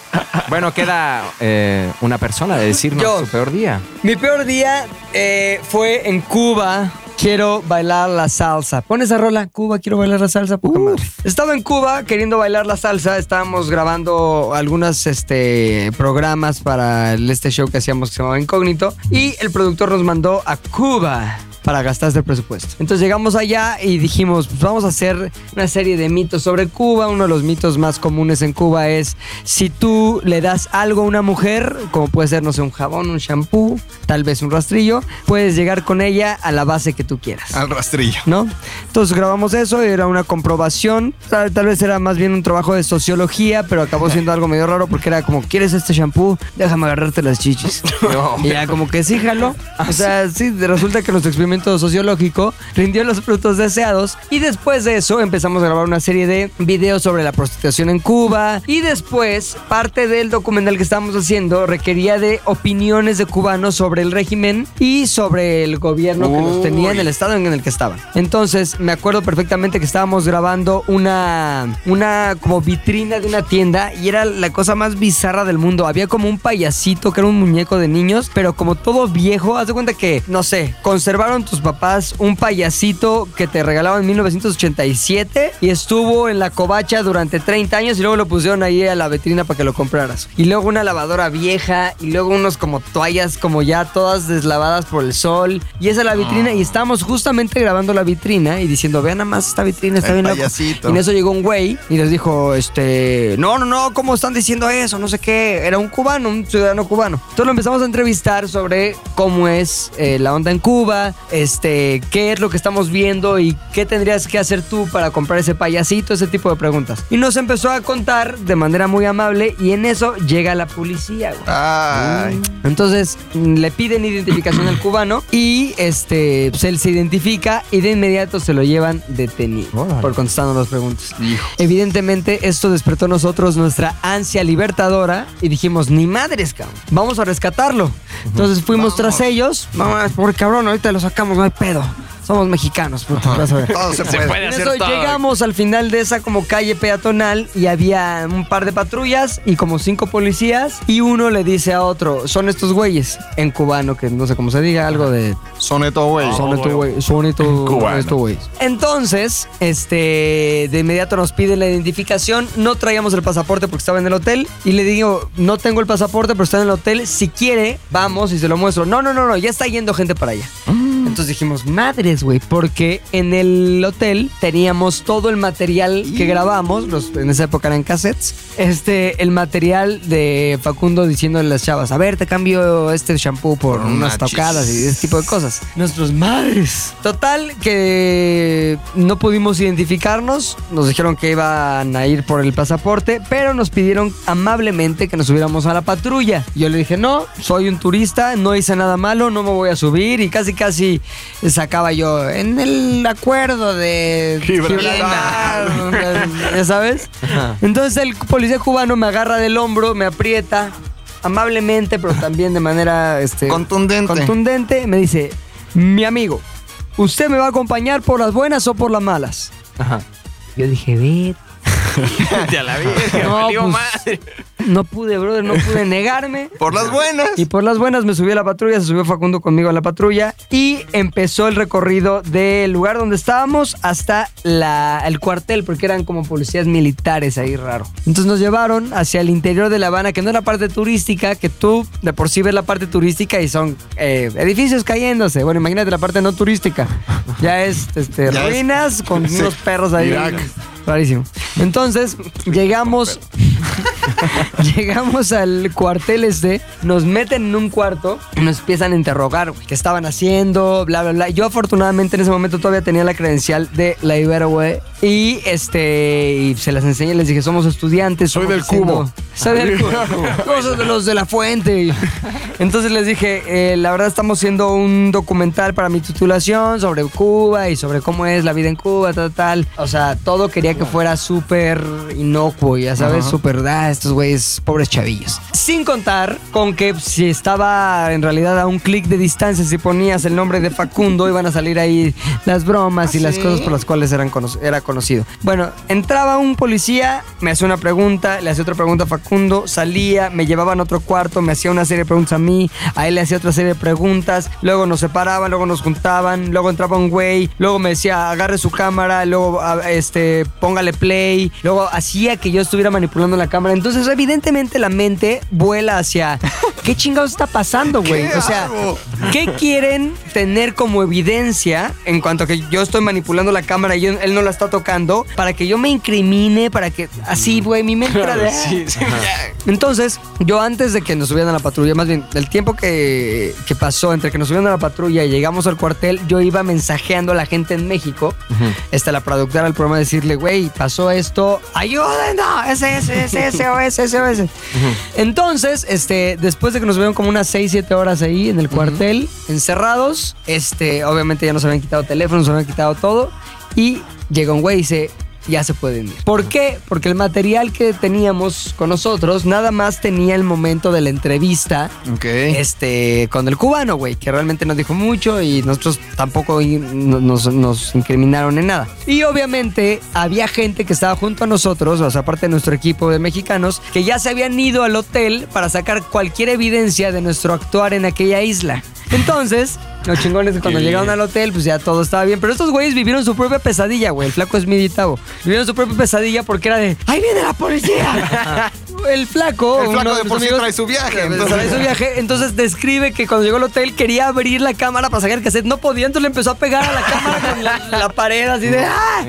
Speaker 4: Bueno, queda eh, una persona de decirnos
Speaker 1: Yo.
Speaker 4: su peor día.
Speaker 1: Mi peor día eh, fue en Cuba. Quiero bailar la salsa. Pon esa rola, Cuba, quiero bailar la salsa. Poca madre. Estaba en Cuba queriendo bailar la salsa. Estábamos grabando algunos este, programas para el- este show que hacíamos que se llamaba Incógnito. Y el productor nos mandó a Cuba para gastarse el presupuesto. Entonces llegamos allá y dijimos, pues vamos a hacer una serie de mitos sobre Cuba. Uno de los mitos más comunes en Cuba es si tú le das algo a una mujer, como puede ser, no sé, un jabón, un shampoo, tal vez un rastrillo, puedes llegar con ella a la base que tú quieras.
Speaker 3: Al rastrillo.
Speaker 1: ¿no? Entonces grabamos eso, era una comprobación, tal, tal vez era más bien un trabajo de sociología, pero acabó siendo algo medio raro porque era como, ¿quieres este shampoo? Déjame agarrarte las chichis. y ya como que sí, jalo. O sea, sí, resulta que los comportamiento sociológico rindió los frutos deseados y después de eso empezamos a grabar una serie de videos sobre la prostitución en Cuba y después parte del documental que estábamos haciendo requería de opiniones de cubanos sobre el régimen y sobre el gobierno que los tenía en el estado en el que estaban. Entonces me acuerdo perfectamente que estábamos grabando una, una como vitrina de una tienda y era la cosa más bizarra del mundo. Había como un payasito que era un muñeco de niños, pero como todo viejo, haz de cuenta que, no sé, conservaron tus papás un payasito que te regalaban en 1987 y estuvo en la covacha durante 30 años y luego lo pusieron ahí a la vitrina para que lo compraras. Y luego una lavadora vieja y luego unos como toallas como ya todas deslavadas por el sol. Y esa es la vitrina
Speaker 3: Ah.
Speaker 1: y estábamos justamente grabando la vitrina y diciendo, vean nada más esta vitrina, está
Speaker 3: El
Speaker 1: bien loco".
Speaker 3: payasito.
Speaker 1: Y en eso llegó un güey y les dijo, este, no, no, no, ¿cómo están diciendo eso? No sé qué. Era un cubano, un ciudadano cubano. Entonces lo empezamos a entrevistar sobre cómo es eh, la onda en Cuba, este, qué es lo que estamos viendo y qué tendrías que hacer tú para comprar ese payasito, ese tipo de preguntas. Y nos empezó a contar de manera muy amable y en eso llega la policía, güey.
Speaker 3: Ay.
Speaker 1: Entonces mm, le piden identificación al cubano y este pues, él se identifica y de inmediato se lo llevan detenido por contestando las preguntas. Evidentemente esto despertó en nosotros nuestra ansia libertadora y dijimos ni madres, cabrón, vamos a rescatarlo. Entonces fuimos tras ellos, mamá, por cabrón, ahorita lo sacamos, no hay pedo. Somos mexicanos, puto, vas a ver.
Speaker 3: Todo se puede.
Speaker 1: En eso llegamos al final de esa como calle peatonal y había un par de patrullas y como cinco policías y uno le dice a otro, son estos güeyes, en cubano, que no sé cómo se diga, algo de...
Speaker 6: Soneto, güey.
Speaker 1: Son estos güeyes, son estos-
Speaker 6: Cubano.
Speaker 1: estos güeyes. Entonces, este, de inmediato nos pide la identificación, no traíamos el pasaporte porque estaba en el hotel y le digo, no tengo el pasaporte, pero está en el hotel, si quiere, vamos y se lo muestro. No, no, no, no, ya está yendo gente para allá. Entonces dijimos, madres, güey, porque en el hotel teníamos todo el material que grabamos, los- en esa época eran cassettes, este, el material de Facundo diciéndole a las chavas, a ver, te cambio este shampoo por unas
Speaker 3: Machis.
Speaker 1: tocadas y ese tipo de cosas. Nuestros madres. Total, que no pudimos identificarnos, nos dijeron que iban a ir por el pasaporte, pero nos pidieron amablemente que nos subiéramos a la patrulla. Yo le dije, no, soy un turista, no hice nada malo, no me voy a subir y casi casi sacaba yo en el acuerdo de
Speaker 6: Gibraltar.
Speaker 1: Gibraltar", ya sabes. Entonces el policía cubano me agarra del hombro, me aprieta amablemente, pero también de manera este,
Speaker 3: Contundente.
Speaker 1: contundente, me dice, mi amigo, ¿usted me va a acompañar por las buenas o por las malas? Yo dije, ve.
Speaker 4: Te la vi, que
Speaker 1: No,
Speaker 4: valió
Speaker 1: pues,
Speaker 4: madre.
Speaker 1: No pude, brother, no pude negarme.
Speaker 3: Por las buenas.
Speaker 1: Y por las buenas me subí a la patrulla, se subió Facundo conmigo a la patrulla y empezó el recorrido del lugar donde estábamos hasta la- el cuartel, porque eran como policías militares ahí raro. Entonces nos llevaron hacia el interior de La Habana, que no era parte turística, que tú de por sí ves la parte turística y son eh, edificios cayéndose. Bueno, imagínate la parte no turística. Ya es este,
Speaker 3: Ya es-
Speaker 1: ruinas con
Speaker 3: sí,
Speaker 1: unos perros ahí.
Speaker 6: Irak.
Speaker 1: Rarísimo. Entonces, llegamos Llegamos al cuartel este, nos meten en un cuarto y nos empiezan a interrogar güey, qué estaban haciendo, bla, bla, bla. Yo afortunadamente en ese momento todavía tenía la credencial de la Ibero, güey. Y este, y se las enseñé, les dije, somos estudiantes.
Speaker 6: Soy
Speaker 1: somos
Speaker 6: del cubo.
Speaker 1: Soy del cubo. Cosas de los de la fuente. Entonces les dije, eh, la verdad estamos haciendo un documental para mi titulación sobre Cuba y sobre cómo es la vida en Cuba, tal, tal. O sea, todo quería que fuera súper inocuo, ya sabes, súper, ah, estos güeyes, pobres chavillos. Sin contar con que si estaba en realidad a un clic de distancia, si ponías el nombre de Facundo, iban a salir ahí las bromas y las cosas por las cuales eran cono- era conocido. Bueno, entraba un policía, me hacía una pregunta, le hacía otra pregunta a Facundo, salía, me llevaban a otro cuarto, me hacía una serie de preguntas a mí, a él le hacía otra serie de preguntas, luego nos separaban, luego nos juntaban, luego entraba un güey, luego me decía, agarre su cámara, luego a- este, póngale play, luego hacía que yo estuviera manipulando la cámara. Entonces, evidentemente, la mente vuela hacia, ¿qué chingados está pasando, güey? O sea, ¿qué quieren tener como evidencia en cuanto a que yo estoy manipulando la cámara y yo- él no la está tocando para que yo me incrimine, para que así, güey, mi mente era de, "Ah,
Speaker 5: Sí, sí.
Speaker 1: entonces, yo antes de que nos subieran a la patrulla, más bien, el tiempo que, que pasó entre que nos subieron a la patrulla y llegamos al cuartel, yo iba mensajeando a la gente en México, Este, hasta la productora del programa, decirle, güey, pasó esto, ayúdennos, ese, ese, ese, ese,
Speaker 7: SOS, SOS.
Speaker 1: Entonces, este, después de que nos vieron como unas 6, 7 horas ahí en el cuartel, encerrados, este, obviamente ya nos habían quitado teléfonos, nos habían quitado todo. Y llega un güey y dice, ya se pueden ir. ¿Por qué? Porque el material que teníamos con nosotros nada más tenía el momento de la entrevista
Speaker 3: Ok.
Speaker 1: este, con el cubano, güey, que realmente nos dijo mucho y nosotros tampoco y- no- nos, nos incriminaron en nada. Y obviamente había gente que estaba junto a nosotros, o sea, aparte de nuestro equipo de mexicanos, que ya se habían ido al hotel para sacar cualquier evidencia de nuestro actuar en aquella isla. Entonces, los chingones cuando llegaron al hotel, pues ya todo estaba bien. Pero estos güeyes vivieron su propia pesadilla, güey. El flaco es mi Tavo. Vivieron su propia pesadilla porque era de ¡Ahí viene la policía! El flaco.
Speaker 3: El flaco
Speaker 1: uno
Speaker 3: de
Speaker 1: nuestros
Speaker 3: por sí
Speaker 1: amigos,
Speaker 3: trae su viaje,
Speaker 1: trae
Speaker 3: entonces.
Speaker 1: su viaje. Entonces describe que cuando llegó al hotel quería abrir la cámara para sacar el cassette. No podía, entonces le empezó a pegar a la cámara con la, la pared, así de ¡Ah!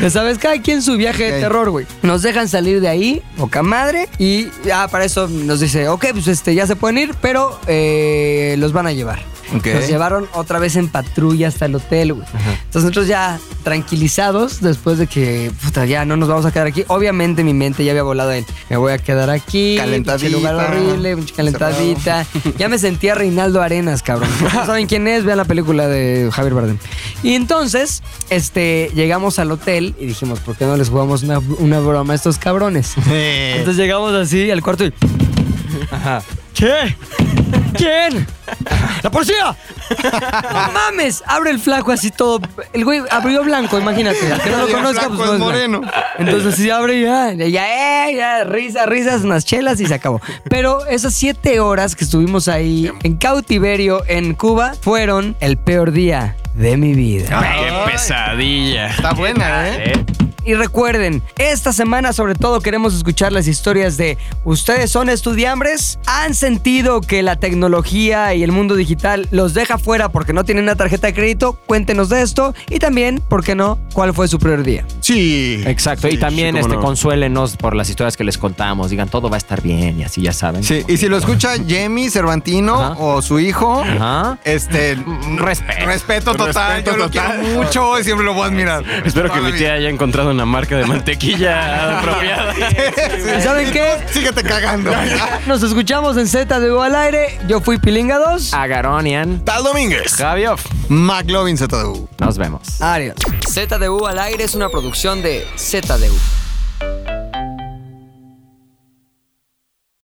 Speaker 1: Ya sabes, cada quien su viaje de
Speaker 3: Ok.
Speaker 1: terror, güey. Nos dejan salir de ahí, poca madre. Y ah, para eso nos dice, ok, pues este, ya se pueden ir, pero eh, los van a llevar.
Speaker 3: Ok.
Speaker 1: Nos llevaron otra vez en patrulla hasta el hotel, güey. Entonces nosotros ya tranquilizados, después de que, puta, ya no nos vamos a quedar aquí. Obviamente mi mente ya había volado en, me voy a quedar aquí.
Speaker 3: Calentadita.
Speaker 1: pinche lugar horrible, pinche calentadita. Ya me sentía Reinaldo Arenas, cabrón. No saben quién es, vean la película de Javier Bardem. Y entonces, este, llegamos al hotel y dijimos, ¿por qué no les jugamos una, una broma a estos cabrones? Entonces llegamos así al cuarto y... ¿Qué? ¿Quién? ¡La policía! ¡No mames! Abre el flaco así todo. El güey abrió blanco, imagínate. Al Que no lo
Speaker 3: El
Speaker 1: conozca,
Speaker 3: flaco
Speaker 1: pues no
Speaker 3: es
Speaker 1: es blanco. Entonces sí abre y ya, ya, ya, eh, ya, risas, risas, unas chelas y se acabó. Pero esas siete horas que estuvimos ahí en cautiverio en Cuba fueron el peor día de mi
Speaker 5: Ah.
Speaker 1: vida.
Speaker 5: Qué pesadilla.
Speaker 3: Está buena, ¿eh?
Speaker 1: Y recuerden, esta semana sobre todo queremos escuchar las historias de ¿Ustedes son estudiambres? ¿Han sentido que la tecnología y el mundo digital los deja fuera porque no tienen una tarjeta de crédito? Cuéntenos de esto y también, ¿por qué no? ¿Cuál fue su primer día?
Speaker 6: Sí.
Speaker 4: Exacto,
Speaker 6: Sí,
Speaker 4: y también
Speaker 6: sí, cómo
Speaker 4: este,
Speaker 6: no.
Speaker 4: consuélenos por las historias que les contamos. Digan, todo va a estar bien y así ya saben.
Speaker 3: Sí, y si lo escucha Jamie Cervantino
Speaker 4: Ajá.
Speaker 3: o su hijo,
Speaker 4: Ajá.
Speaker 3: este
Speaker 4: Respeto.
Speaker 3: respeto total,
Speaker 6: Respeto
Speaker 3: yo lo
Speaker 6: total.
Speaker 3: quiero mucho y siempre lo voy a admirar.
Speaker 5: Espero que
Speaker 3: Toda
Speaker 5: mi
Speaker 3: la
Speaker 5: tía haya encontrado una marca de mantequilla apropiada.
Speaker 3: vida.
Speaker 1: ¿Y saben qué?
Speaker 3: Síguete cagando.
Speaker 1: Nos escuchamos en Z de U al aire. Yo fui Pilinga 2.
Speaker 4: Agaronian.
Speaker 6: Tal Domínguez.
Speaker 4: Javioff.
Speaker 3: McLovin ZDU.
Speaker 4: Nos vemos.
Speaker 1: Adiós. ZDU al aire es una producción de ZDU.